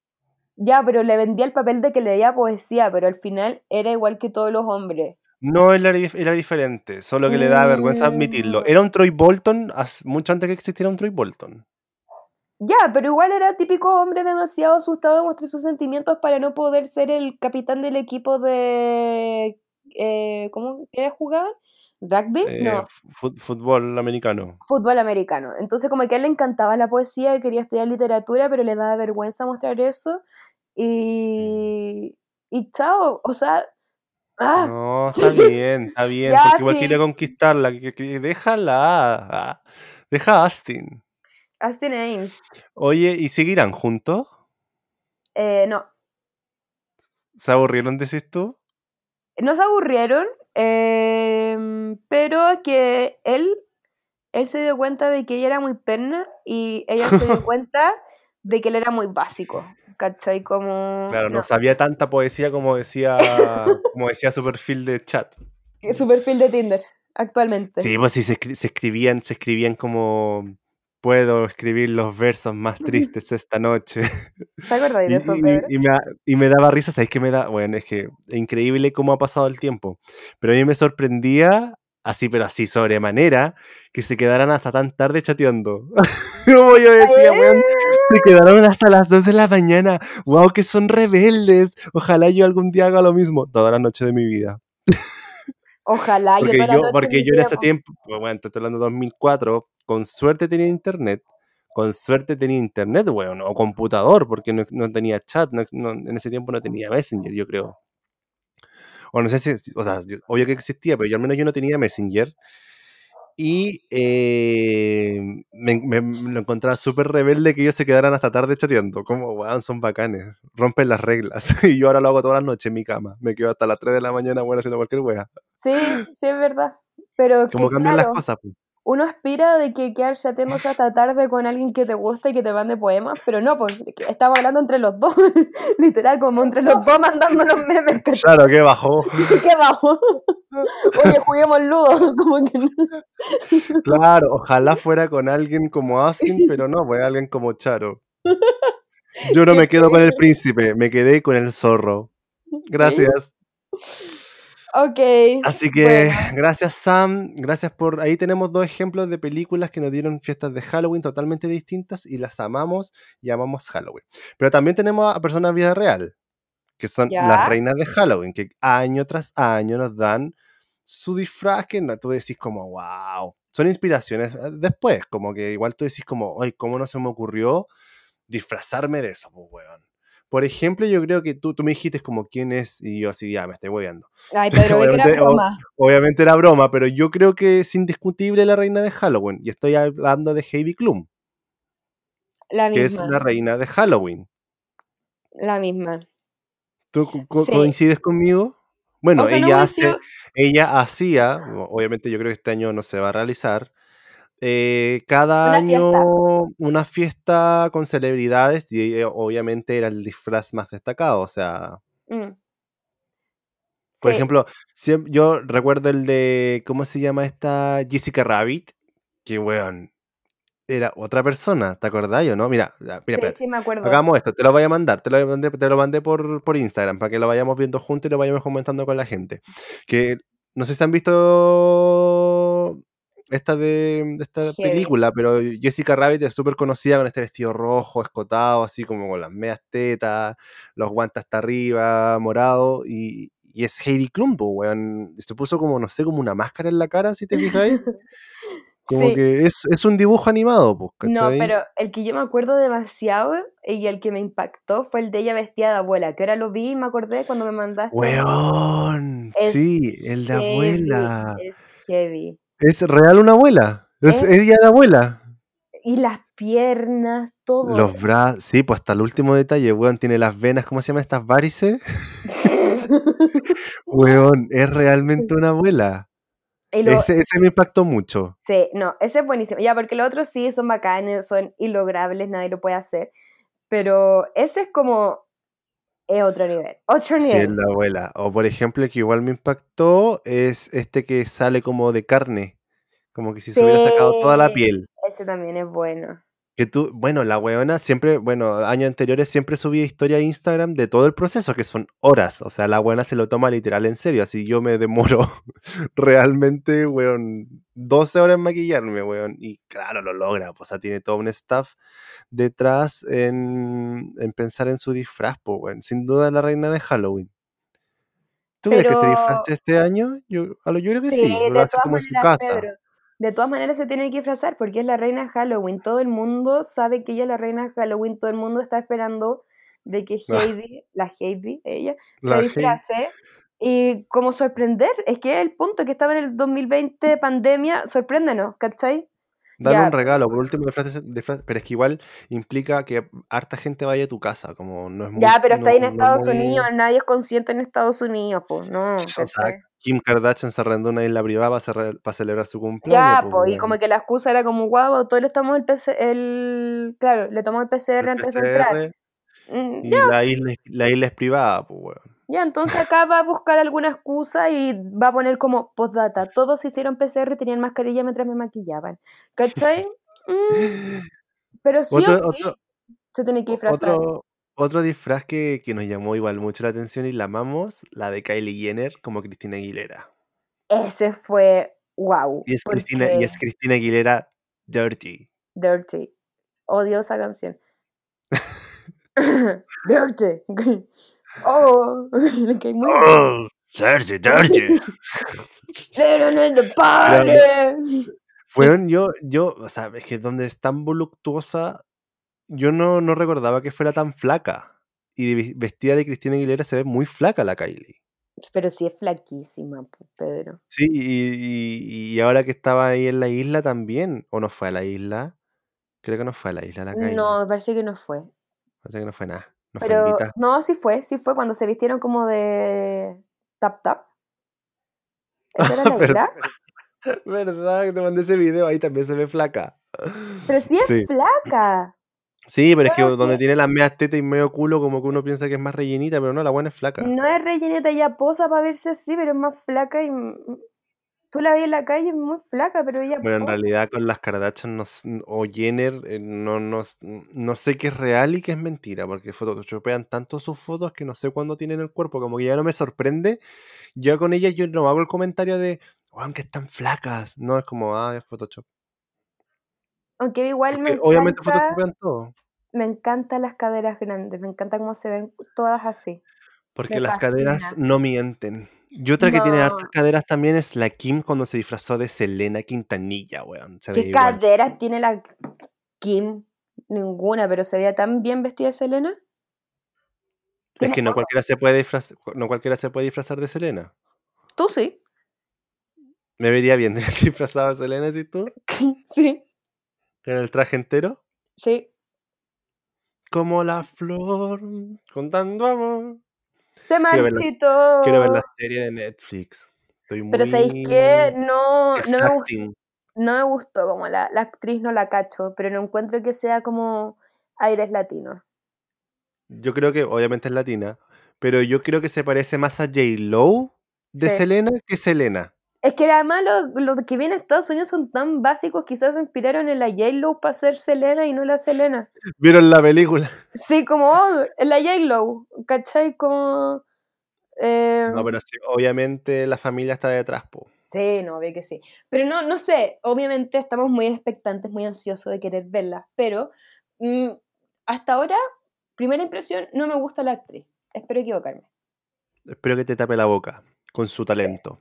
Speaker 1: Ya, pero le vendía el papel de que leía poesía, pero al final era igual que todos los hombres.
Speaker 2: No, él era, dif- era diferente, solo que le da vergüenza admitirlo.
Speaker 1: Mm.
Speaker 2: Era un Troy Bolton as- mucho antes que existiera un Troy Bolton.
Speaker 1: Ya, pero igual era típico hombre demasiado asustado de mostrar sus sentimientos para no poder ser el capitán del equipo de... eh, ¿cómo era jugar? ¿Rugby?
Speaker 2: eh,
Speaker 1: No,
Speaker 2: fu- fútbol americano.
Speaker 1: fútbol americano. Entonces como que a él le encantaba la poesía y quería estudiar literatura, pero le daba vergüenza mostrar eso. Y... Y chao, o sea... ¡Ah!
Speaker 2: No, está
Speaker 1: *laughs*
Speaker 2: bien, está bien,
Speaker 1: Ya,
Speaker 2: porque igual quiere
Speaker 1: sí.
Speaker 2: conquistarla. Que, que- déjala. ah, Deja a Astin.
Speaker 1: Austin Ames.
Speaker 2: Oye, ¿y seguirán juntos?
Speaker 1: Eh, no,
Speaker 2: ¿Se aburrieron, decís tú?
Speaker 1: no se aburrieron, em, pero que él, él se dio cuenta de que ella era muy perna y ella se
Speaker 2: *laughs*
Speaker 1: dio cuenta de que él era muy básico, ¿cachai? Como...
Speaker 2: Claro,
Speaker 1: Mm,
Speaker 2: no
Speaker 1: no.
Speaker 2: sabía tanta poesía
Speaker 1: *laughs*
Speaker 2: como decía, como decía su perfil de chat.
Speaker 1: Su perfil de Tinder, actualmente.
Speaker 2: Sí, pues sí, se, escri- se escribían, se escribían como puedo escribir los versos
Speaker 1: *laughs*
Speaker 2: más tristes esta noche.
Speaker 1: ¿Te acordáis
Speaker 2: Y,
Speaker 1: de eso,
Speaker 2: y-
Speaker 1: Pedro?
Speaker 2: y me, da- y me daba risa, ¿sabéis qué me da? Bueno, es que increíble cómo ha pasado el tiempo. Pero a mí me sorprendía, así, pero así sobremanera, que se quedaran hasta tan tarde chateando. *laughs* Como yo decía, weón, se quedaron hasta las 2 de la mañana. ¡Wow, que son rebeldes! Ojalá yo algún día haga lo mismo. Toda la noche de mi vida.
Speaker 1: Ojalá yo
Speaker 2: Porque
Speaker 1: toda la
Speaker 2: yo,
Speaker 1: noche
Speaker 2: porque
Speaker 1: mi
Speaker 2: yo en
Speaker 1: vida,
Speaker 2: ese
Speaker 1: po.
Speaker 2: tiempo, bueno, te estoy hablando de 2004, con suerte tenía internet, con suerte tenía internet, weón, o computador, porque no, no tenía chat, no, no- en ese tiempo no tenía Messenger, yo creo. O no sé si, o sea, yo- obvio que existía, pero yo al menos yo no tenía Messenger. Y eh, me, me- me lo encontraba súper rebelde que ellos se quedaran hasta tarde chateando. Como, weón, son bacanes, rompen las reglas. *laughs* y yo ahora lo hago todas las noches en mi cama. Me quedo hasta las 3 de la mañana, bueno, haciendo cualquier wea.
Speaker 1: Sí, sí es verdad. Pero que *laughs*
Speaker 2: Como cambian las
Speaker 1: claro,
Speaker 2: cosas, pues.
Speaker 1: uno aspira de que quedarse a temas
Speaker 2: *laughs*
Speaker 1: hasta tarde con alguien que te gusta y que te mande poemas, pero no, pues estamos hablando entre los dos, *laughs* literal, como entre los dos mandándonos
Speaker 2: *laughs*
Speaker 1: memes. ¿cachai?
Speaker 2: Claro, que bajó.
Speaker 1: ¿Qué bajo? *laughs* Oye, juguemos ludo, *laughs* como que no.
Speaker 2: *laughs* Claro, ojalá fuera con alguien como Austin, pero no, fue alguien como Charo. Yo no me quedo con el príncipe, me quedé con el zorro. Gracias.
Speaker 1: Ok.
Speaker 2: Así que gracias Sam, gracias por... Ahí tenemos dos ejemplos de películas que nos dieron fiestas de Halloween totalmente distintas y las amamos y amamos Halloween. Pero también tenemos a personas de vida real, que son
Speaker 1: Ya.
Speaker 2: las reinas de Halloween, que año tras año nos dan su disfraz que no- tú decís como, wow. Son inspiraciones eh, después, como que igual tú decís como, ay, ¿cómo no se me ocurrió disfrazarme de eso, pues, weón? Por ejemplo, yo creo que tú, tú me dijiste como quién es y yo así, ya, me estoy hueveando. *laughs*
Speaker 1: Ay, Pedro, ve que era
Speaker 2: Obviamente, o-
Speaker 1: broma.
Speaker 2: Obviamente era broma, pero yo creo que es indiscutible la reina de Halloween. Y estoy hablando de Heidi Klum,
Speaker 1: La
Speaker 2: que es la
Speaker 1: misma,
Speaker 2: reina de Halloween.
Speaker 1: la misma.
Speaker 2: ¿Tú co- co-
Speaker 1: Sí.
Speaker 2: coincides conmigo? Bueno,
Speaker 1: O sea, no
Speaker 2: ella, hace,
Speaker 1: coincido-
Speaker 2: ella hacía, o- obviamente yo creo que este año no se va a realizar, eh, cada
Speaker 1: Una
Speaker 2: año
Speaker 1: fiesta.
Speaker 2: una fiesta con celebridades y ella obviamente era el disfraz más destacado. O sea,
Speaker 1: Mm.
Speaker 2: por
Speaker 1: Sí.
Speaker 2: ejemplo, siem- yo recuerdo el de, ¿cómo se llama esta? Jessica Rabbit, que weón, era otra persona, ¿te acordáis o no? Mira, ya, mira,
Speaker 1: Sí,
Speaker 2: espérate.
Speaker 1: sí, me acuerdo.
Speaker 2: Hagamos esto, te lo voy a mandar, te lo mandé, te lo mandé por, por Instagram para que lo vayamos viendo juntos y lo vayamos comentando con la gente. Que no sé si han visto esta de esta
Speaker 1: Heavy.
Speaker 2: película, pero Jessica Rabbit es súper conocida con este vestido rojo, escotado, así como con las medias tetas, los guantes hasta arriba, morado, y, y es Heidi Klum, po, weón. Se puso como, no sé, como una máscara en la cara, si te
Speaker 1: *laughs*
Speaker 2: fijáis. Como
Speaker 1: Sí.
Speaker 2: que es, es un dibujo animado, pues,
Speaker 1: No,
Speaker 2: ¿cachai?
Speaker 1: pero el que yo me acuerdo demasiado y el que me impactó fue el de ella vestida de abuela, que ahora lo vi y me acordé cuando me mandaste.
Speaker 2: Weón,
Speaker 1: Es
Speaker 2: sí, el de
Speaker 1: Heavy,
Speaker 2: abuela.
Speaker 1: Es heavy.
Speaker 2: ¿Es real una abuela? ¿Es
Speaker 1: Es-
Speaker 2: ella la abuela?
Speaker 1: Y las piernas, todo.
Speaker 2: Los brazos, sí, pues hasta el último detalle, weón, tiene las venas, ¿cómo se llaman estas varices? *laughs* Weón, es realmente una abuela.
Speaker 1: *laughs* Y lo-
Speaker 2: Ese, ese me impactó mucho.
Speaker 1: sí, no, ese es buenísimo. Ya, porque los otros sí son bacanes, son ilogrables, nadie lo puede hacer. Pero ese es como. Es otro nivel. Otro
Speaker 2: Sí, es
Speaker 1: nivel.
Speaker 2: la abuela. O por ejemplo, el que igual me impactó es este que sale como de carne. Como que si se hubiera sacado toda la
Speaker 1: Sí.
Speaker 2: piel.
Speaker 1: Ese también es bueno.
Speaker 2: Que tú, bueno, la weona siempre, bueno, años anteriores siempre subía historia a Instagram de todo el proceso, que son horas. O sea, la weona se lo toma literal en serio. Así yo me demoro *laughs* realmente, weón, 12 horas en maquillarme, weón. Y claro, lo logra. pues, O sea, tiene todo un staff detrás en, en pensar en su disfraz, po, weón. Sin duda la reina de Halloween. ¿Tú crees que se
Speaker 1: Pero-
Speaker 2: disfrace este año? Yo, a lo- yo creo que sí.
Speaker 1: de
Speaker 2: Lo hace
Speaker 1: todas
Speaker 2: como en su
Speaker 1: maneras,
Speaker 2: casa.
Speaker 1: Pedro, De todas maneras se tiene que disfrazar porque es la reina de Halloween. Todo el mundo sabe que ella es la reina de Halloween. Todo el mundo está esperando de
Speaker 2: *laughs*
Speaker 1: que
Speaker 2: Ah.
Speaker 1: Heidi, la Heidi, ella, se
Speaker 2: La gente-
Speaker 1: disfrace. Y como sorprender, es que es el punto que estaba en el 2020 de pandemia, sorpréndenos, ¿cachai?
Speaker 2: Darle
Speaker 1: Ya,
Speaker 2: un regalo, por último, disfraz, disfraz- pero es que igual implica que harta gente vaya a tu casa, como no es muy...
Speaker 1: Ya,
Speaker 2: s-
Speaker 1: pero
Speaker 2: no-
Speaker 1: está ahí en
Speaker 2: no es
Speaker 1: Estados
Speaker 2: muy-
Speaker 1: Unidos, nadie es consciente en Estados Unidos, pues, no,
Speaker 2: O sea,
Speaker 1: ¿cachai?
Speaker 2: Kim Kardashian se arrendó una isla privada para, celebrar su cumpleaños.
Speaker 1: Ya,
Speaker 2: pues,
Speaker 1: pues, y
Speaker 2: weón.
Speaker 1: como que la excusa era como, guau, todos le tomamos el PC, el, claro, le tomamos el PCR
Speaker 2: El
Speaker 1: antes de entrar.
Speaker 2: PCR
Speaker 1: Mm,
Speaker 2: y la isla, es- la isla es privada, pues, weón.
Speaker 1: Ya, entonces acá va a buscar alguna excusa y va a poner como postdata. Todos hicieron PCR y tenían mascarilla mientras me maquillaban.
Speaker 2: *laughs*
Speaker 1: ¿Cachai? Mm, pero sí
Speaker 2: Otro,
Speaker 1: o sí
Speaker 2: otro,
Speaker 1: se tiene que
Speaker 2: o-
Speaker 1: disfrazar.
Speaker 2: otro, otro disfraz que, que nos llamó igual mucho la atención y la amamos, la de Kylie Jenner como Cristina Aguilera.
Speaker 1: Ese fue wow.
Speaker 2: Y es Cristina, y
Speaker 1: Porque
Speaker 2: es Cristina Aguilera Dirty.
Speaker 1: Dirty. Odio esa
Speaker 2: *laughs*
Speaker 1: canción. *laughs* Dirty. *laughs* Oh, *laughs* le caí muy mal.
Speaker 2: Oh, dirty, dirty.
Speaker 1: Pero no es de party.
Speaker 2: Fueron yo, yo, o sea, es que donde es tan voluptuosa, yo no, no recordaba que fuera tan flaca. Y vi- vestida de Cristina Aguilera se ve muy flaca la Kylie.
Speaker 1: Pero sí es flaquísima, pu, Pedro.
Speaker 2: Sí, y, y- y ahora que estaba ahí en la isla también, o no fue a la isla, creo que no fue a la isla la Kylie.
Speaker 1: No, me parece que no fue.
Speaker 2: Parece que no fue nada, no fue
Speaker 1: Pero
Speaker 2: invita.
Speaker 1: no, sí fue, sí fue cuando se vistieron como de tap tap. ¿Esa era la
Speaker 2: *laughs* Pero-
Speaker 1: isla?
Speaker 2: *laughs* ¿Verdad? que Te mandé ese video, ahí también se ve *laughs* flaca.
Speaker 1: Pero sí es
Speaker 2: Sí.
Speaker 1: flaca.
Speaker 2: Sí, pero es que
Speaker 1: Bueno,
Speaker 2: donde
Speaker 1: sí.
Speaker 2: tiene las medias tetas y medio culo, como que uno piensa que es más rellenita, pero no, la buena es flaca.
Speaker 1: No es rellenita, ella posa para verse así, pero es más flaca y... mm, Tú la ves en la calle, es muy flaca, pero ella
Speaker 2: Bueno, en
Speaker 1: posa.
Speaker 2: realidad con las Kardashian no s- o Jenner, eh, no, no, s- no sé qué es real y qué es mentira, porque photoshopean tanto sus fotos que no sé cuándo tienen el cuerpo, como que ya no me sorprende. Yo con ellas yo no hago el comentario de, wow, que están flacas. No, es como, ah, es Photoshop.
Speaker 1: Aunque igual me
Speaker 2: Porque obviamente
Speaker 1: encanta-
Speaker 2: photoshopean todo.
Speaker 1: Me encantan las caderas grandes, me encanta cómo se ven todas así.
Speaker 2: Porque
Speaker 1: Me
Speaker 2: las caderas
Speaker 1: fascina.
Speaker 2: no mienten. Y otra que tiene hartas
Speaker 1: No.
Speaker 2: caderas también es la Kim cuando se disfrazó de Selena Quintanilla, weón. Se
Speaker 1: ¿Qué
Speaker 2: veía igual.
Speaker 1: caderas tiene la Kim? Ninguna, pero se veía tan bien vestida Selena.
Speaker 2: Es
Speaker 1: Tiene-
Speaker 2: que no cualquiera, se puede disfrazar, no cualquiera se puede disfrazar de Selena.
Speaker 1: Tú sí.
Speaker 2: Me vería bien *laughs* disfrazado de Selena, ¿sí tú?
Speaker 1: sí,
Speaker 2: Con el traje entero.
Speaker 1: sí.
Speaker 2: Como la flor, contando amor.
Speaker 1: Se
Speaker 2: Quiero ver la-
Speaker 1: marchitó.
Speaker 2: Quiero ver la serie de Netflix. Estoy muy...
Speaker 1: Oh. Pero ¿sabéis qué? No, no, me gustó,
Speaker 2: Exacting.
Speaker 1: no me gustó como la, la actriz, no la cacho, pero no encuentro que sea como aires latinos.
Speaker 2: Yo creo que, obviamente es latina, pero yo creo que se parece más a J-Lo de
Speaker 1: Sí.
Speaker 2: Selena que Selena.
Speaker 1: Es que además los los que vienen a Estados Unidos son tan básicos, quizás se inspiraron en la J-Lo para ser Selena y no la Selena.
Speaker 2: ¿Vieron la película?
Speaker 1: Sí, como oh, la J-Lo, ¿cachai? Como... eh,
Speaker 2: No, pero sí, obviamente la familia está detrás, po.
Speaker 1: Sí, no, obvio que sí. Pero no, no sé, obviamente estamos muy expectantes, muy ansiosos de querer verla, pero mm, hasta ahora, primera impresión, no me gusta la actriz. Espero equivocarme.
Speaker 2: Espero que te tape la boca con su talento.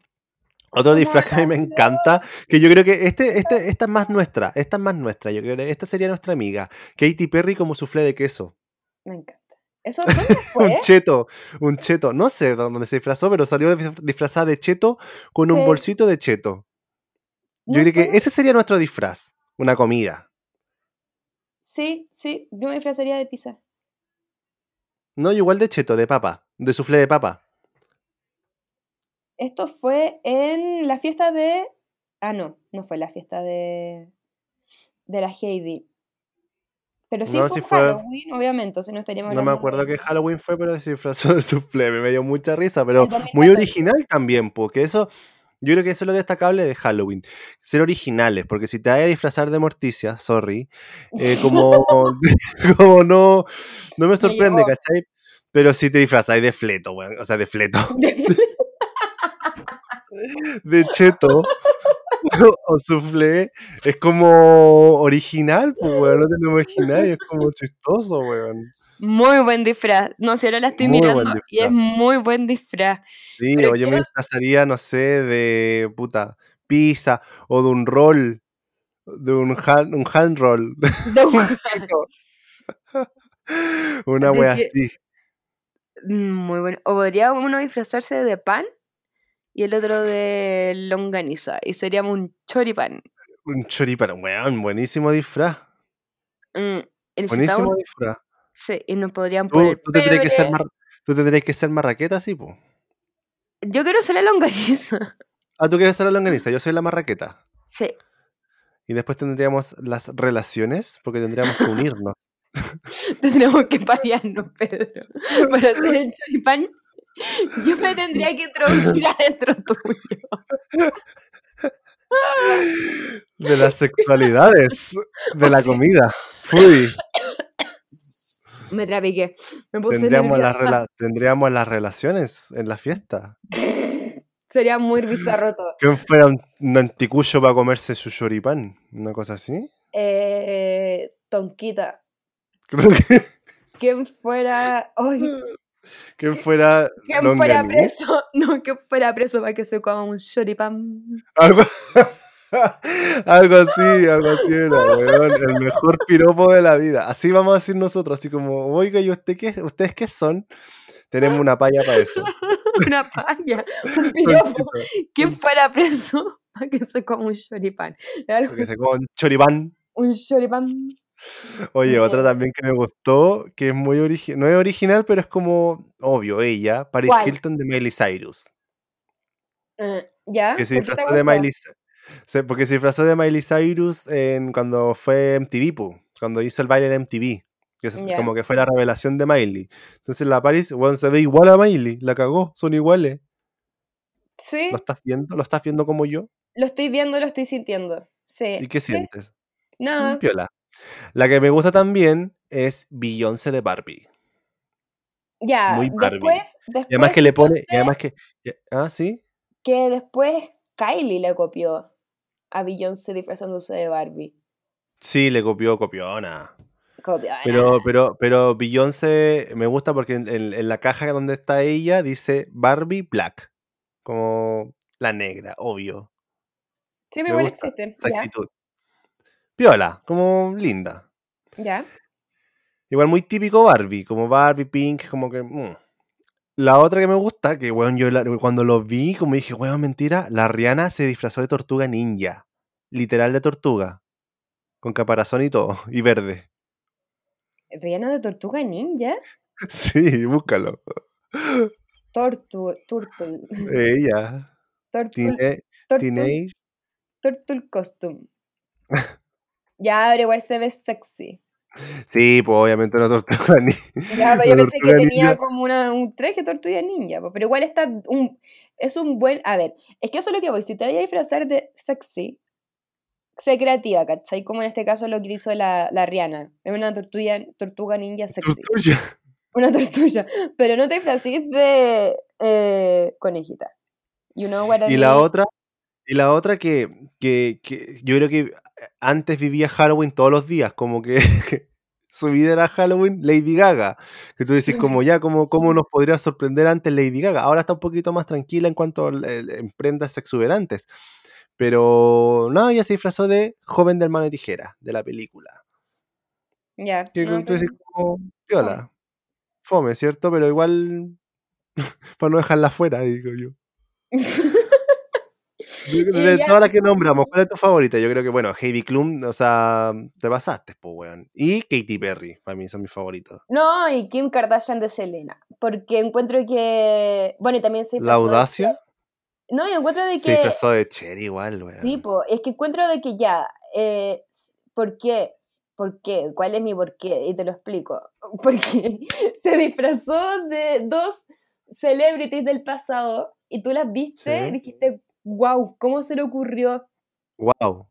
Speaker 2: Otro
Speaker 1: Como
Speaker 2: disfraz que a mí me encanta, que yo creo que este, este, esta es más nuestra, esta es más nuestra, yo creo que esta sería nuestra amiga, Katy Perry como suflé de queso. *laughs*
Speaker 1: Me encanta. ¿Eso dónde fue?
Speaker 2: Un cheto, un cheto, no sé dónde se disfrazó, pero salió disf- disfrazada de cheto con un
Speaker 1: Sí.
Speaker 2: bolsito de cheto. Yo
Speaker 1: ¿No
Speaker 2: creo que
Speaker 1: fue?
Speaker 2: ese sería nuestro disfraz, una comida.
Speaker 1: Sí, sí, yo me disfrazaría de pizza.
Speaker 2: No, igual de cheto, de papa, de suflé de papa.
Speaker 1: Esto fue en la fiesta de... Ah, no, no fue la fiesta de... De la Heidi. Pero sí
Speaker 2: No,
Speaker 1: fue
Speaker 2: sí
Speaker 1: en
Speaker 2: fue-
Speaker 1: Halloween, obviamente, o sea, no estaríamos
Speaker 2: No me
Speaker 1: hablando
Speaker 2: acuerdo
Speaker 1: de-
Speaker 2: qué Halloween fue, pero se disfrazó de suflé, me dio mucha risa, pero
Speaker 1: El
Speaker 2: muy
Speaker 1: 2014.
Speaker 2: original también, porque eso, yo creo que eso es lo destacable de Halloween, ser originales, porque si te vas a disfrazar de Morticia, sorry,
Speaker 1: *laughs*
Speaker 2: eh, como, *laughs* como no, no me sorprende,
Speaker 1: llegó.
Speaker 2: ¿cachai? Pero si te disfrazas de fleto, weón, o sea, de fleto, *laughs* de cheto. *laughs* O suflé, es como original, pues, weón, no te lo imagináis, es como chistoso, weón.
Speaker 4: Muy buen disfraz. No, si ahora la estoy
Speaker 2: Muy buen
Speaker 4: mirando y es
Speaker 2: disfraz.
Speaker 4: muy buen disfraz.
Speaker 2: Sí,
Speaker 4: Pero
Speaker 2: o yo me
Speaker 4: quiero-
Speaker 2: disfrazaría, no sé, de puta pizza o de un roll, de un hand, un hand roll, *laughs*
Speaker 4: De un-
Speaker 2: una
Speaker 4: De
Speaker 2: wea
Speaker 4: que-
Speaker 2: así.
Speaker 4: Muy bueno. O podría uno disfrazarse de pan y el otro de longaniza. Y seríamos un choripán.
Speaker 2: Un choripán, weón, buenísimo disfraz.
Speaker 4: Mm, y necesitamos-
Speaker 2: Buenísimo disfraz.
Speaker 4: sí, y nos podrían
Speaker 2: Tú,
Speaker 4: poner.
Speaker 2: tú tendrías que ser
Speaker 4: pebre.
Speaker 2: mar, tú tendrías que ser marraqueta, sí, po.
Speaker 4: Yo quiero ser la longaniza. *laughs*
Speaker 2: Ah, tú quieres ser la longaniza, yo soy la marraqueta.
Speaker 4: Sí.
Speaker 2: Y después tendríamos las relaciones, porque tendríamos que unirnos.
Speaker 4: Tendríamos que parearnos, Pedro. Para hacer el choripán, yo me tendría que
Speaker 2: *laughs*
Speaker 4: introducir adentro tuyo.
Speaker 2: De las
Speaker 4: *laughs*
Speaker 2: sexualidades, de la
Speaker 4: Así.
Speaker 2: comida.
Speaker 4: *laughs*
Speaker 2: Fui.
Speaker 4: Me trapiqué. Me puse
Speaker 2: tendríamos las,
Speaker 4: nerviosa.
Speaker 2: rela- tendríamos las relaciones en la fiesta.
Speaker 1: Sería muy bizarro todo.
Speaker 2: ¿Quién fuera un, un anticucho para comerse su choripán? ¿Una cosa así?
Speaker 1: Eh, tonquita.
Speaker 2: Creo que-
Speaker 1: ¿Quién fuera... Ay,
Speaker 2: ¿Quién fuera
Speaker 1: ¿Quién fuera
Speaker 2: longaniz?
Speaker 1: preso? *laughs* No, que fuera preso para que se coma un choripán. *laughs*
Speaker 2: Algo, *laughs* algo así, algo así era, weón, El mejor piropo de la vida. Así vamos a decir nosotros, así como, oiga, ¿y usted qué, ustedes qué son? Tenemos una palla
Speaker 1: *laughs*
Speaker 2: para eso.
Speaker 4: Una palla.
Speaker 2: *laughs*
Speaker 4: Un piropo. ¿Quién fuera
Speaker 1: *laughs*
Speaker 4: preso? Para que se coma un choripán. Le dan
Speaker 2: Porque se come un choripán.
Speaker 1: Un choripán.
Speaker 2: Oye, otra
Speaker 1: Mierda.
Speaker 2: también que me gustó, que es muy original, no es original, pero es como obvio, ella, Paris
Speaker 1: ¿Cuál?
Speaker 2: Hilton de Miley Cyrus,
Speaker 1: Eh, ¿Ya?
Speaker 2: que se
Speaker 1: ¿Por qué te
Speaker 2: disfrazó de
Speaker 1: gusta?
Speaker 2: Miley, Cy- Sí, porque se disfrazó de Miley Cyrus en, cuando fue MTV, po, cuando hizo el baile en MTV. Que es
Speaker 1: Ya.
Speaker 2: como que fue la revelación de Miley. Entonces la Paris weón, se ve igual a Miley, la cagó, son iguales.
Speaker 1: Sí,
Speaker 2: ¿Lo estás viendo? ¿Lo estás viendo como yo?
Speaker 1: lo estoy viendo, lo estoy sintiendo. Sí.
Speaker 2: ¿Y qué
Speaker 1: Sí,
Speaker 2: sientes?
Speaker 1: Nada.
Speaker 2: Piola. La que me gusta también es Beyoncé de Barbie.
Speaker 1: Ya,
Speaker 2: Muy Barbie.
Speaker 1: después, después
Speaker 2: Y además que le pone.
Speaker 1: Beyoncé,
Speaker 2: Y además que. y- ah, sí.
Speaker 1: que después Kylie le copió a Beyoncé disfrazándose de Barbie.
Speaker 2: Sí, le copió copiona.
Speaker 1: Copió.
Speaker 2: Pero, pero, pero Beyoncé me gusta porque en, en- en la caja donde está ella dice Barbie Black. Como la negra, obvio.
Speaker 1: sí, me
Speaker 2: me
Speaker 1: igual
Speaker 2: gusta
Speaker 1: existe.
Speaker 2: Esa
Speaker 1: Ya,
Speaker 2: actitud. Piola, como linda.
Speaker 1: ya.
Speaker 2: Igual muy típico Barbie, como Barbie, Pink, como que. mm. La otra que me gusta, que weón, yo la- cuando lo vi, como dije, weón, mentira, la Rihanna se disfrazó de tortuga ninja. Literal de tortuga. Con caparazón y todo, *laughs* y verde.
Speaker 1: Rihanna de Tortuga Ninja.
Speaker 2: Sí, búscalo.
Speaker 1: Tortu, turtle. *laughs*
Speaker 2: Ella.
Speaker 1: Tortul,
Speaker 2: Tine-
Speaker 1: tortul,
Speaker 2: teenage.
Speaker 1: turtle costume. Ya, pero igual se ve sexy.
Speaker 2: Sí, pues obviamente *laughs* no tortuga ni. *laughs*
Speaker 1: Ya, pero yo
Speaker 2: La
Speaker 1: pensé que
Speaker 2: tortuga
Speaker 1: tenía
Speaker 2: ninja.
Speaker 1: como una, un traje de tortuga ninja, po, pero igual está un, es un buen, a ver, es que eso es lo que voy, si te voy a disfrazar de sexy, sé creativa, ¿cachai? Como en este caso lo que hizo la, la Rihanna, es una tortuga, tortuga ninja sexy,
Speaker 2: Tortuga.
Speaker 1: una tortuga, *laughs* pero no te disfrazís de eh, conejita. You know what I
Speaker 2: Y la
Speaker 1: mean?
Speaker 2: otra, y la otra que, que, que yo creo que antes vivía Halloween todos los días, como que *laughs* su vida era Halloween, Lady Gaga. Que tú decís, como ya, como cómo nos podría sorprender antes Lady Gaga? Ahora está un poquito más tranquila en cuanto a eh, en prendas exuberantes. Pero no, ella se disfrazó de joven del mano de tijera, de la película.
Speaker 1: Ya.
Speaker 2: Que
Speaker 1: no,
Speaker 2: tú decís,
Speaker 1: pero-
Speaker 2: como, viola. Fome, ¿cierto? Pero igual, *laughs* para no dejarla fuera, digo yo. De,
Speaker 1: Y
Speaker 2: de
Speaker 1: ya-
Speaker 2: todas las que nombramos, ¿cuál es tu favorita? Yo creo que, bueno, Heidi Klum, o sea, te pasaste, pues, weón. Y Katy Perry, para mí son mis favoritos.
Speaker 1: *laughs* No, y Kim Kardashian de Selena, porque encuentro que, bueno, y también se
Speaker 2: La
Speaker 1: disfrazó de-
Speaker 2: audacia
Speaker 1: No, y encuentro de que...
Speaker 2: se disfrazó de Cher igual, weón.
Speaker 1: Sí, po, es que encuentro de que ya, eh, s- ¿por qué? ¿Por qué? ¿Cuál es mi por qué? Y te lo explico. *laughs* Porque se disfrazó de dos celebrities del pasado y tú las viste
Speaker 2: Sí.
Speaker 1: y dijiste, wow, ¿cómo se le ocurrió?
Speaker 2: wow.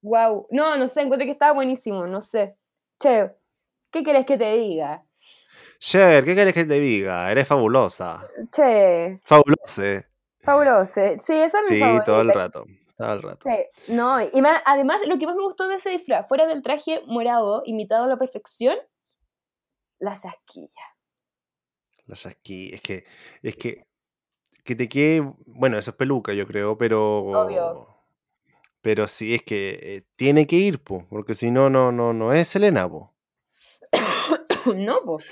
Speaker 1: Wow. No, no sé, encuentro que estaba buenísimo, no sé. Che, ¿qué querés que te diga?
Speaker 2: Cher, ¿qué querés que te diga? Eres fabulosa.
Speaker 1: Che,
Speaker 2: Fabulose.
Speaker 1: fabuloso. Sí, esa es mi
Speaker 2: Sí,
Speaker 1: favorita.
Speaker 2: todo el rato. Todo el rato.
Speaker 1: Sí, no, y más- además lo que más me gustó de ese disfraz, fuera del traje morado, imitado a la perfección, la chasquilla. *coughs*
Speaker 2: La chasqui. Es que, es que, que te quede, bueno, eso es peluca, yo creo, pero... Pero sí, es que eh, tiene que ir, po, porque si no, no, no, no es Selena, po.
Speaker 1: no, pues,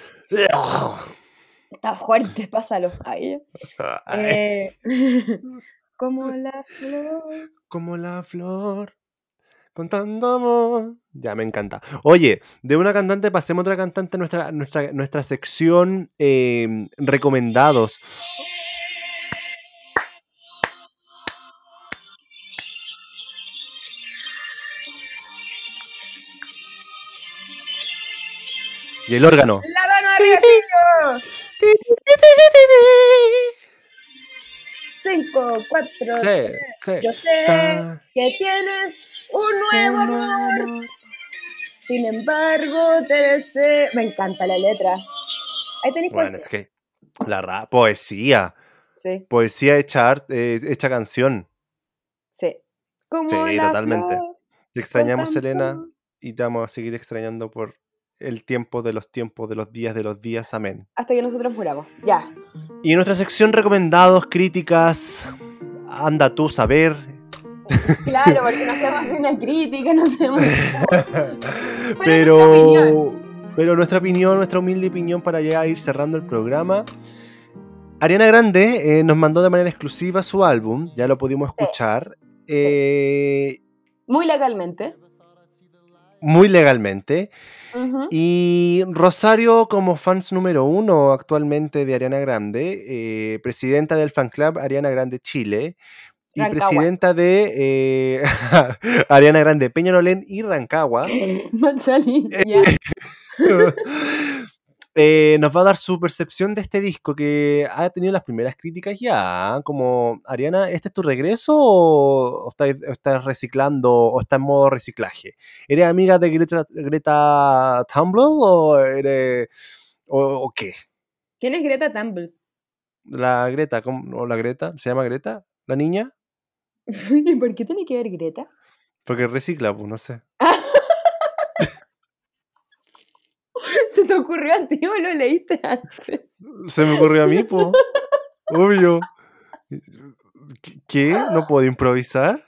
Speaker 1: está fuerte, pásalo. Ay, eh, *laughs* como la flor.
Speaker 2: *laughs* como la flor, contando amor. Ya me encanta. Oye, de una cantante pasemos a otra cantante, nuestra, nuestra, nuestra sección eh, recomendados. Y
Speaker 1: *laughs*
Speaker 2: el órgano.
Speaker 1: ¡La mano arriba, chicos! Cinco, cuatro,
Speaker 2: Sí, Ah. sí.
Speaker 1: yo sé
Speaker 2: Ta-
Speaker 1: que tienes un nuevo amor. Sin embargo, te deseo... Me encanta la letra. Ahí tenéis
Speaker 2: Bueno, es que la ra- poesía,
Speaker 1: Sí,
Speaker 2: poesía hecha, art- eh, hecha canción.
Speaker 1: sí. Como
Speaker 2: Sí,
Speaker 1: la
Speaker 2: totalmente.
Speaker 1: flor.
Speaker 2: Te extrañamos, Selena, y te vamos a seguir extrañando por el tiempo de los tiempos, de los días de los días. Amén.
Speaker 1: Hasta que nosotros muramos. Ya.
Speaker 2: Y en nuestra sección recomendados, críticas, anda tú saber.
Speaker 1: Claro, porque no hacemos una crítica, no
Speaker 2: *laughs*
Speaker 1: hacemos. nuestra
Speaker 2: pero, pero nuestra opinión, nuestra humilde opinión para ya ir cerrando el programa. Ariana Grande eh, nos mandó de manera exclusiva su álbum, ya lo pudimos escuchar. eh,
Speaker 1: Muy legalmente.
Speaker 2: Muy legalmente.
Speaker 1: Ujú.
Speaker 2: Y Rosario, como fans número uno actualmente de Ariana Grande, eh, presidenta del fan club Ariana Grande Chile, y
Speaker 1: Rancagua.
Speaker 2: presidenta de eh, *laughs* Ariana Grande, Peñarolén y Rancagua.
Speaker 1: *laughs* Machalí, ya.
Speaker 2: *laughs* Eh, nos va a dar su percepción de este disco que ha tenido las primeras críticas ya. ¿ah? Como, Ariana, ¿este es tu regreso o, o estás, o estás reciclando o estás en modo reciclaje? ¿Eres amiga de Greta, Greta Thunberg o eres. O, o qué?
Speaker 1: ¿Quién es Greta Thunberg? *laughs*
Speaker 2: ¿La Greta? ¿cómo- ¿O la Greta? ¿Se llama Greta? ¿La niña?
Speaker 1: ¿Y por qué tiene que ver Greta? *laughs*
Speaker 2: Porque recicla, pues no sé.
Speaker 1: Se te ocurrió a ti o lo leíste *laughs* antes.
Speaker 2: Se me ocurrió a mí, pues. Obvio. ¿Qué? ¿No puedo improvisar?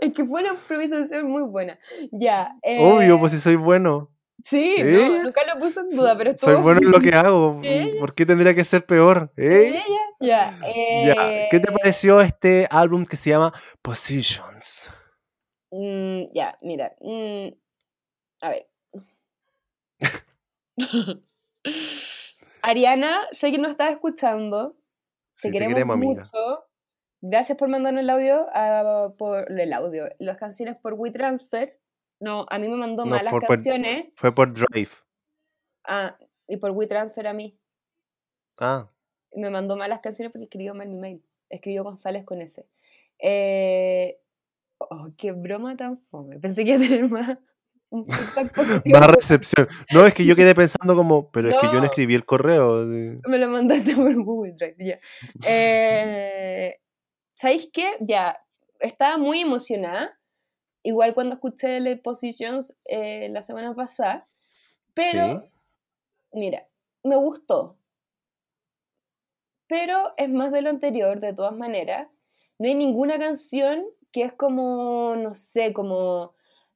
Speaker 1: Es que fue una improvisación muy buena. Ya. eh,
Speaker 2: Obvio, pues si soy bueno.
Speaker 1: Sí, no,
Speaker 2: ¿Eh?
Speaker 1: nunca lo puse en
Speaker 2: So-
Speaker 1: duda, pero estuvo.
Speaker 2: Soy bueno
Speaker 1: *laughs*
Speaker 2: en lo que hago. mm,
Speaker 1: Sí.
Speaker 2: ¿Por qué tendría que ser peor?
Speaker 1: Sí,
Speaker 2: ¿Eh?
Speaker 1: Ya. ya,
Speaker 2: Ya, ¿Qué te
Speaker 1: eh,
Speaker 2: pareció este álbum que se llama Positions?
Speaker 1: mm, ya, mira. mm, a ver. *laughs* Ariana, sé que nos estás escuchando. Te
Speaker 2: Sí,
Speaker 1: queremos, mucho. Gracias por mandarnos el audio, a- por el audio, las canciones por WeTransfer. No, a mí me mandó
Speaker 2: No,
Speaker 1: malas
Speaker 2: por- por-
Speaker 1: canciones
Speaker 2: Fue por Drive.
Speaker 1: ah, y por WeTransfer a mí.
Speaker 2: Ah,
Speaker 1: y me mandó malas canciones porque escribió mal mi mail. Escribió González con S. Eh, oh, qué broma tan fome. Pensé que iba a tener más. un feedback positivo.
Speaker 2: más recepción. No, es que yo quedé pensando como, pero es que yo
Speaker 1: No.
Speaker 2: no escribí el correo. sí.
Speaker 1: Me lo mandaste por Google Drive. Ya. Eh, ¿Sabéis qué? Ya, estaba muy emocionada. Igual cuando escuché el Positions eh, la semana pasada. Pero, mira, me gustó. Pero es más de lo anterior, de todas maneras. No hay ninguna canción que es como, no sé, como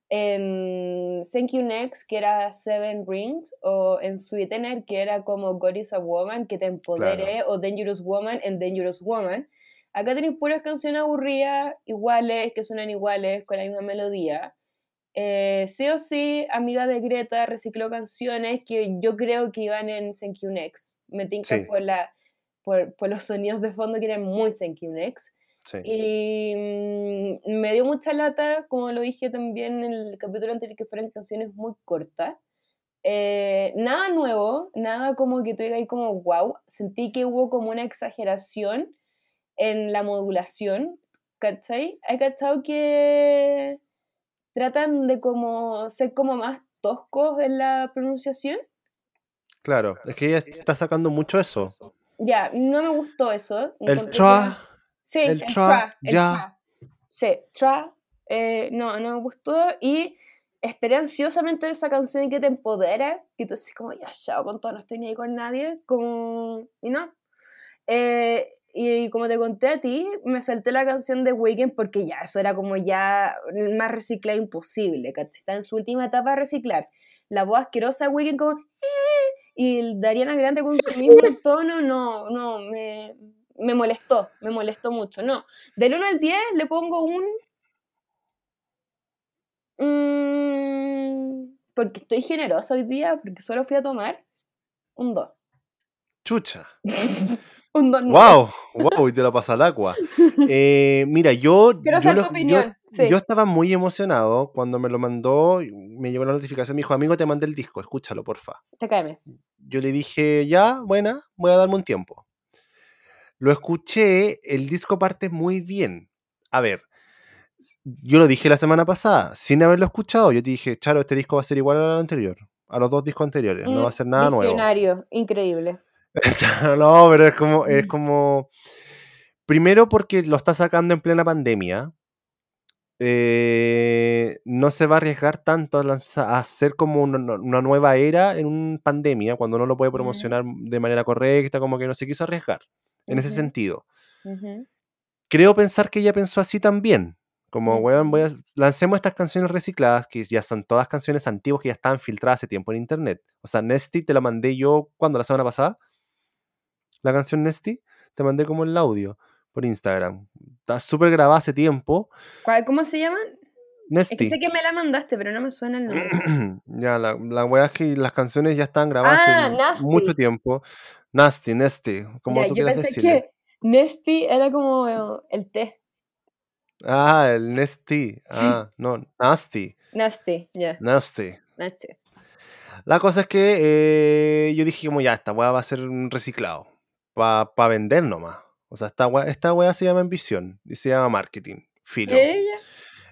Speaker 1: en Thank You Next, que era Seven Rings, o en Sweetener, que era como God is a Woman, que te empodere, o Dangerous Woman en Dangerous Woman. Acá tenéis puras canciones aburridas, iguales, que suenan iguales, con la misma melodía. Eh, sí o sí, amiga de Greta recicló canciones que yo creo que iban en Thank You Next. Me tinca
Speaker 2: Sí.
Speaker 1: por, la, por, por los sonidos de fondo que eran muy Thank You Next.
Speaker 2: Sí.
Speaker 1: Y mm, me dio mucha lata, como lo dije también en el capítulo anterior, que fueran canciones muy cortas. Eh, nada nuevo, nada como que tú digas ahí como wow. Sentí que hubo como una exageración en la modulación, ¿cachai? Hay cachado que tratan de como ser como más toscos en la pronunciación.
Speaker 2: Claro, es que ella está sacando mucho eso.
Speaker 1: Ya, no me gustó eso.
Speaker 2: El
Speaker 1: encontré que-
Speaker 2: tra,
Speaker 1: Sí,
Speaker 2: El
Speaker 1: el,
Speaker 2: tra,
Speaker 1: tra, el
Speaker 2: ya.
Speaker 1: tra. Sí, tra. eh, no, no me gustó. Y esperé ansiosamente esa canción que te empodera. Que tú así como, ya, chao, con todo, no estoy ni ahí con nadie. Como, y no. Eh, y como te conté a ti, me salté la canción de Weekend porque ya, eso era como ya más reciclado imposible. ¿cachai? Está en su última etapa de reciclar. La voz asquerosa de Weekend como... "Eh", Y el de Ariana Grande con su mismo tono, no, no, me, me molestó, me molestó mucho. No, del 1 al 10 le pongo un. mm, porque estoy generosa hoy día, porque solo fui a tomar un 2.
Speaker 2: chucha.
Speaker 1: *laughs* Un 2 *laughs*
Speaker 2: Wow, wow, y te la pasa al agua. Eh, mira, yo,
Speaker 1: Quiero
Speaker 2: yo,
Speaker 1: saber tu
Speaker 2: lo- yo-
Speaker 1: opinión, sí.
Speaker 2: yo estaba muy emocionado cuando me lo mandó, y me llegó la notificación, me dijo, amigo, te mandé el disco, escúchalo, porfa.
Speaker 1: Te caeme.
Speaker 2: Yo le dije, ya, buena, voy a darme un tiempo. Lo escuché, el disco parte muy bien. A ver, yo lo dije la semana pasada, sin haberlo escuchado, yo te dije, Charo, este disco va a ser igual al anterior, a los dos discos anteriores, no va a ser nada nuevo.
Speaker 1: Mm, Visionario, increíble.
Speaker 2: *laughs* no, pero es como, es
Speaker 1: Mm.
Speaker 2: como. Primero porque lo está sacando en plena pandemia. eh, no se va a arriesgar tanto a, lanza- a hacer como una, no- una nueva era en una pandemia, cuando no lo puede
Speaker 1: Mm.
Speaker 2: promocionar de manera correcta, como que no se quiso arriesgar. En ese
Speaker 1: Ujú,
Speaker 2: sentido.
Speaker 1: ujú.
Speaker 2: Creo pensar que ella pensó así también. Como, weón, voy a,
Speaker 1: Ujú.
Speaker 2: lancemos estas canciones recicladas, que ya son todas canciones antiguas que ya estaban filtradas hace tiempo en internet. O sea, Nesty te la mandé yo, cuando ¿La semana pasada? la canción Nesty, te mandé como el audio por Instagram. Está súper grabada hace tiempo.
Speaker 1: ¿Cuál- ¿Cómo se llaman? Es que
Speaker 2: Nesty.
Speaker 1: sé que me la mandaste, pero no me suena el nombre.
Speaker 2: *clears throat* ya, la, la weá es que las canciones ya están grabadas
Speaker 1: Ah,
Speaker 2: hace
Speaker 1: Nasty.
Speaker 2: mucho tiempo. Nasty, Nesty, *clears throat* como
Speaker 1: Ya,
Speaker 2: tú
Speaker 1: yo
Speaker 2: quieras
Speaker 1: pensé
Speaker 2: decirle.
Speaker 1: que Nesty era como eh, el té.
Speaker 2: Ah, el nasty. Ah, no, nasty.
Speaker 1: Nasty, ya.
Speaker 2: Nasty.
Speaker 1: Nasty.
Speaker 2: La cosa es que eh, yo dije como ya, esta weá va a ser un reciclado. Para vender nomás. O sea, esta weá, esta weá se llama ambición y se llama marketing. Filo.
Speaker 1: Ella.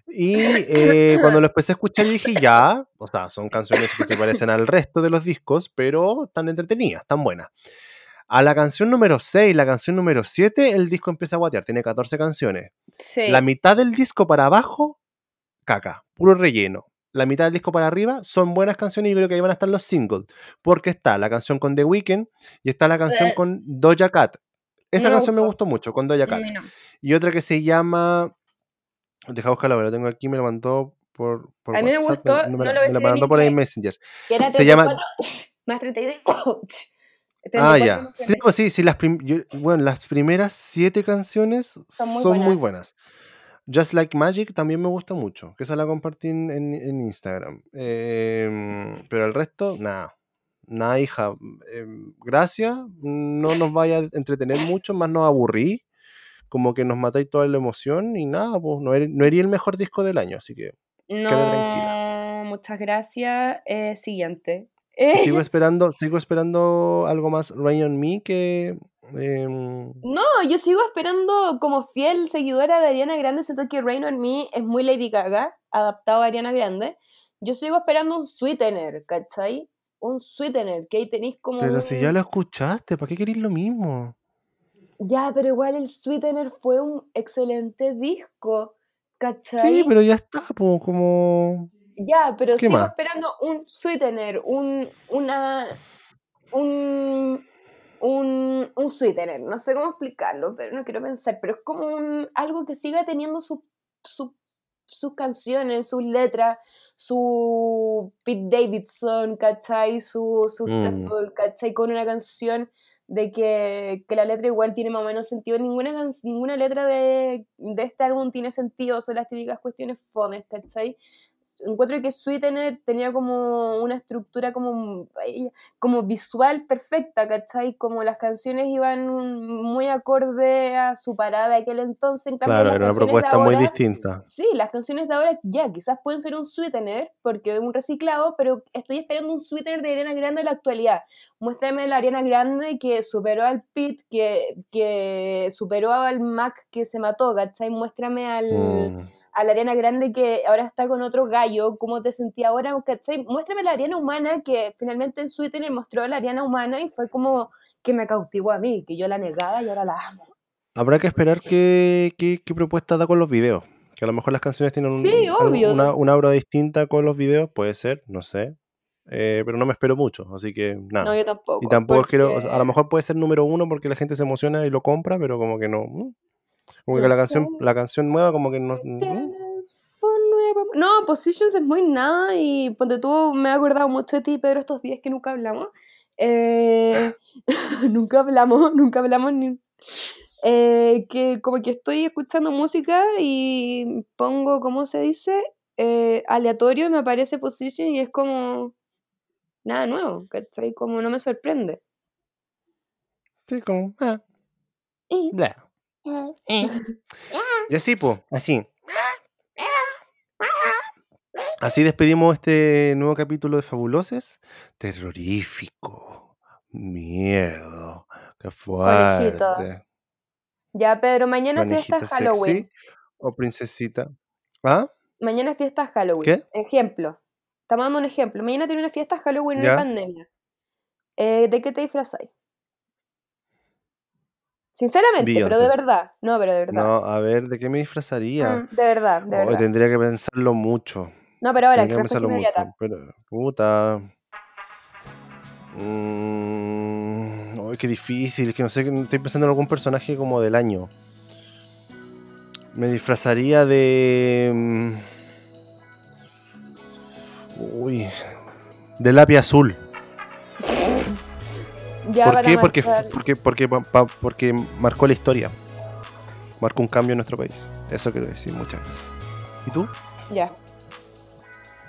Speaker 2: Y eh, cuando lo empecé a escuchar dije ya, o sea, son canciones que se parecen al resto de los discos, pero tan entretenidas, tan buenas. A la canción número 6, la canción número 7, el disco empieza a guatear, tiene 14 canciones.
Speaker 1: Sí.
Speaker 2: La mitad del disco para abajo, caca, puro relleno. La mitad del disco para arriba son buenas canciones y creo que ahí van a estar los singles. Porque está la canción con The Weeknd y está la canción
Speaker 1: Eh.
Speaker 2: con Doja Cat. Esa
Speaker 1: Me
Speaker 2: canción me
Speaker 1: gustó.
Speaker 2: gustó mucho, con Doja Cat.
Speaker 1: Mm, no.
Speaker 2: Y otra que se llama. Deja buscarla, me la tengo aquí, me la mandó por. por
Speaker 1: A mí me
Speaker 2: WhatsApp,
Speaker 1: gustó,
Speaker 2: me,
Speaker 1: no lo voy a
Speaker 2: la- me la
Speaker 1: decir en
Speaker 2: mandó por ahí
Speaker 1: inglés.
Speaker 2: Messenger.
Speaker 1: Que era
Speaker 2: Se llama-
Speaker 1: 34, *laughs* Más 32.
Speaker 2: Ah,
Speaker 1: 34
Speaker 2: ya. Sí,
Speaker 1: emociones.
Speaker 2: pues sí, sí, las, prim- yo- bueno, las primeras siete canciones son, muy, buenas. Just Like Magic también me gusta mucho, que esa la compartí en, en- en Instagram. Em, pero el resto, nada. Nada, hija. Em, gracias. No nos vaya a entretener mucho, más nos aburrí. Como que nos matáis toda la emoción y nada, pues no, er- no herí el mejor disco del año, así que *laughs* Quede tranquila.
Speaker 1: No, muchas gracias. Eh, siguiente.
Speaker 2: Y
Speaker 1: Eh,
Speaker 2: sigo esperando, sigo esperando algo más Rain on Me que em,
Speaker 1: no, yo sigo esperando como fiel seguidora de Ariana Grande. Siento que Rain on Me es muy Lady Gaga, adaptado a Ariana Grande. Yo sigo esperando un sweetener, ¿cachai? Un sweetener, que ahí tenéis como.
Speaker 2: pero si ya
Speaker 1: un-
Speaker 2: lo escuchaste, ¿para qué queréis lo mismo?
Speaker 1: Ya, pero igual el sweetener fue un excelente disco, ¿cachai?
Speaker 2: Sí, pero ya está, po, como
Speaker 1: Ya, pero
Speaker 2: ¿Qué
Speaker 1: sigo
Speaker 2: más?
Speaker 1: esperando un sweetener, un, una, un, un, un sweetener. No sé cómo explicarlo, pero no quiero pensar. Pero es como un, algo que siga teniendo su, su- sus canciones, sus letras, su Pete Davidson, ¿cachai? Su, su
Speaker 2: Mm.
Speaker 1: sample, ¿cachai? Con una canción de que, que la letra igual tiene más o menos sentido. Ninguna, can- ninguna letra de, de este álbum tiene sentido, son las típicas cuestiones fomes, ¿cachai? encuentro que Sweetener tenía como una estructura como, eh, como visual perfecta, ¿cachai? Como las canciones iban muy acorde a su parada de aquel entonces. En cambio,
Speaker 2: claro,
Speaker 1: las
Speaker 2: era una
Speaker 1: canciones de
Speaker 2: propuesta muy
Speaker 1: ahora-
Speaker 2: distinta.
Speaker 1: Sí, las canciones de ahora ya quizás pueden ser un sweetener porque es un reciclado, pero estoy esperando un sweetener de Ariana Grande de la actualidad. Muéstrame la Ariana Grande que superó al Pit, que, que superó al Mac que se mató, ¿cachai? Muéstrame al
Speaker 2: Mm.
Speaker 1: a la Ariana Grande que ahora está con otro gallo, cómo te sentí ahora, ¿cachai? Muéstrame la Ariana humana que finalmente en Twitter mostró a la Ariana humana y fue como que me cautivó a mí, que yo la negaba y ahora la amo.
Speaker 2: Habrá que esperar qué, qué, qué propuesta da con los videos. Que a lo mejor las canciones tienen un-
Speaker 1: Sí,
Speaker 2: algo-
Speaker 1: obvio.
Speaker 2: una, una obra distinta con los videos, puede ser, no sé. Eh, pero no me espero mucho, así que nada.
Speaker 1: No, yo tampoco.
Speaker 2: Ah. y tampoco quiero, o sea, a lo
Speaker 1: porque-
Speaker 2: mejor puede ser número uno porque la gente se emociona y lo compra, pero como que no. mm. Como que
Speaker 1: No
Speaker 2: la canción,
Speaker 1: sé.
Speaker 2: la canción nueva, como que no. mm.
Speaker 1: Tienes un nuevo- No, Positions es muy nada y ponte tú, me he acordado mucho de ti, Pedro, estos días que nunca hablamos. Eh, *laughs* nunca hablamos, nunca hablamos ni... Eh, que como que estoy escuchando música y pongo, ¿cómo se dice? Eh, aleatorio y me aparece Position y es como nada nuevo, ¿cachai? Como no me sorprende.
Speaker 2: Sí, como. ah,
Speaker 1: Y-
Speaker 2: bla. eh. Y así, pues, así. Así despedimos este nuevo capítulo de Fabuloses. Terrorífico. Miedo. Qué
Speaker 1: Conejito.
Speaker 2: fuerte.
Speaker 1: Ya, Pedro, mañana es fiesta
Speaker 2: Conejito
Speaker 1: de Halloween.
Speaker 2: sexy. O princesita. ¿Ah?
Speaker 1: Mañana es fiesta Halloween.
Speaker 2: ¿Qué?
Speaker 1: Ejemplo. Estamos dando un ejemplo. Mañana tiene una fiesta Halloween,
Speaker 2: Ya.
Speaker 1: una pandemia. Eh, ¿De qué te disfrazáis? Sinceramente, pero de
Speaker 2: Beyoncé.
Speaker 1: verdad. No, pero de verdad.
Speaker 2: No, a ver, ¿de qué me disfrazaría?
Speaker 1: Mm, de verdad, de
Speaker 2: Hoy
Speaker 1: verdad.
Speaker 2: tendría que pensarlo mucho.
Speaker 1: No, pero ahora,
Speaker 2: Tendría que
Speaker 1: respuesta
Speaker 2: pensarlo mucho.
Speaker 1: inmediata.
Speaker 2: Pero, puta. Mm, ay, qué difícil. Es que no sé, estoy pensando en algún personaje como del año. Me disfrazaría de. mm, Uy. De lápiz azul.
Speaker 1: Ya
Speaker 2: ¿Por
Speaker 1: para
Speaker 2: qué? Porque,
Speaker 1: marcar-
Speaker 2: porque, porque, pa- pa- porque marcó la historia. Marcó un cambio en nuestro país. Eso quiero decir muchas veces. ¿Y tú?
Speaker 1: Ya.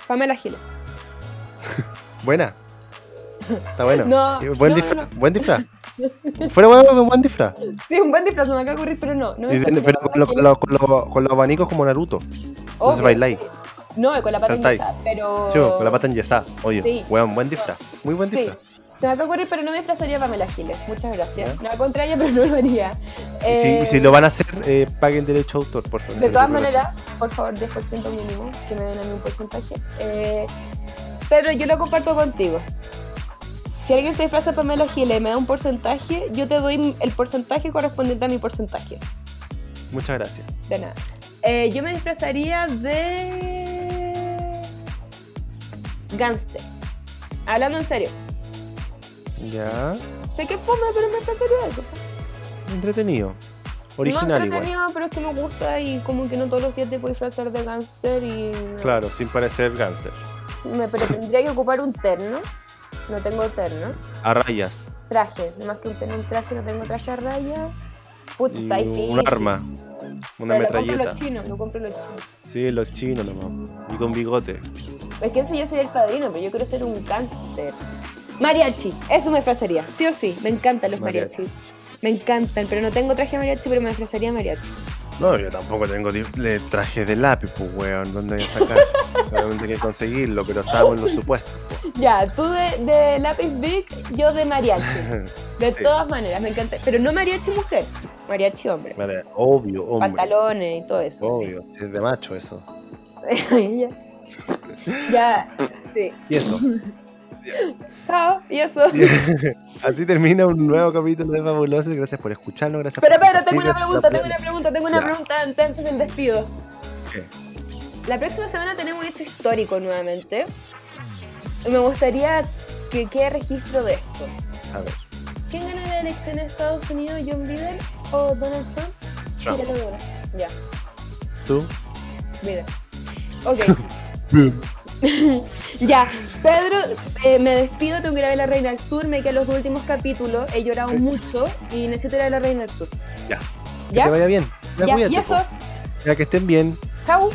Speaker 1: Pamela *laughs* Giles.
Speaker 2: Buena. Está bueno.
Speaker 1: No,
Speaker 2: Qué Buen,
Speaker 1: no,
Speaker 2: disfra-
Speaker 1: no.
Speaker 2: buen disfraz. Fuera huevo, un buen disfraz.
Speaker 1: Sí, un buen disfraz, se me acaba de ocurrir, pero no. no me
Speaker 2: Y viene-
Speaker 1: disfrazé,
Speaker 2: pero
Speaker 1: me
Speaker 2: con, lo- con lo- con lo- con los abanicos como Naruto. Entonces
Speaker 1: Obvio,
Speaker 2: bailáis.
Speaker 1: sí. No, con la pata
Speaker 2: Saltáis.
Speaker 1: enyesada, pero...
Speaker 2: Chivo, con la pata enyesada. Oye,
Speaker 1: Sí.
Speaker 2: weón, buen disfraz. Muy buen
Speaker 1: Sí,
Speaker 2: disfraz.
Speaker 1: se me acaba de ocurrir, pero no me disfrazaría para Pamela Giles. Muchas gracias. No, al contrario, pero no lo haría.
Speaker 2: Y, si, y si lo van a hacer, eh, pague el derecho de autor, por favor.
Speaker 1: De
Speaker 2: Se
Speaker 1: todas
Speaker 2: lo prometo.
Speaker 1: maneras, por favor, 10% mínimo, que me den a mí un porcentaje. Eh, Pedro, yo lo comparto contigo. Si alguien se disfraza de Pamela Giles y me da un porcentaje, yo te doy el porcentaje correspondiente a mi porcentaje.
Speaker 2: Muchas gracias.
Speaker 1: De nada. Eh, yo me disfrazaría de. Gangster. Hablando en serio.
Speaker 2: Ya.
Speaker 1: Sé que es fome, pero me disfrazaría de eso.
Speaker 2: Entretenido.
Speaker 1: no
Speaker 2: Original igual.
Speaker 1: entretenido, pero es que me gusta y como que no todos los días te puedes disfrazar de gangster y.
Speaker 2: Claro, sin parecer gángster.
Speaker 1: Me, pero tendría que ocupar un terno. No tengo terno.
Speaker 2: A rayas.
Speaker 1: Traje, más que un terno, un traje, no tengo traje a raya. Puta,
Speaker 2: Y
Speaker 1: está difícil.
Speaker 2: un arma.
Speaker 1: Pero Lo
Speaker 2: Una
Speaker 1: compro
Speaker 2: metralleta.
Speaker 1: los chinos, lo compro los chinos.
Speaker 2: Sí, los chinos nomás. Y con bigote.
Speaker 1: Es que ese yo sería el padrino, pero yo quiero ser un gánster. Mariachi, eso me disfrazaría, sí o sí. Me encantan los mariachi.
Speaker 2: Mariachi.
Speaker 1: Me encantan, pero no tengo traje de mariachi, pero me disfrazaría de mariachi.
Speaker 2: No, yo tampoco tengo di- le traje de lápiz, pues, weón. ¿Dónde voy a
Speaker 1: *laughs*
Speaker 2: sacar? Solamente hay que conseguirlo, pero estábamos en los supuestos.
Speaker 1: Ya, tú de, de lápiz big, yo de mariachi. De
Speaker 2: Sí.
Speaker 1: todas maneras, me encanta. Pero no mariachi mujer, mariachi hombre.
Speaker 2: Vale, obvio, hombre.
Speaker 1: Pantalones y todo eso.
Speaker 2: Obvio, es de macho eso.
Speaker 1: Sí. ya. *laughs* ya, sí. *laughs*
Speaker 2: Y eso. *laughs*
Speaker 1: Chao, y eso.
Speaker 2: Así termina un nuevo capítulo de Fabulosos. Gracias por escucharnos. Gracias
Speaker 1: Pero,
Speaker 2: por
Speaker 1: pero tengo una
Speaker 2: compartirlo.
Speaker 1: pregunta, tengo una pregunta, tengo una
Speaker 2: Ya.
Speaker 1: pregunta antes del despido.
Speaker 2: ¿Qué?
Speaker 1: La próxima semana tenemos un hecho histórico nuevamente. Me gustaría que quede registro de esto.
Speaker 2: A ver,
Speaker 1: ¿Quién ganó la elección en Estados Unidos, John Biden o Donald Trump?
Speaker 2: Trump,
Speaker 1: Mira, lo logró. Ya,
Speaker 2: tú.
Speaker 1: mira. Ok.
Speaker 2: *laughs*
Speaker 1: ya, Pedro, eh, me despido, tengo que ir a ver La Reina del Sur, me quedan los dos últimos capítulos, he llorado mucho y necesito ir a ver La Reina del Sur.
Speaker 2: Ya. Que te
Speaker 1: ¿Ya?
Speaker 2: vaya bien. Ya,
Speaker 1: Ya,
Speaker 2: cuídate,
Speaker 1: y eso,
Speaker 2: po. Ya que estén bien.
Speaker 1: chau.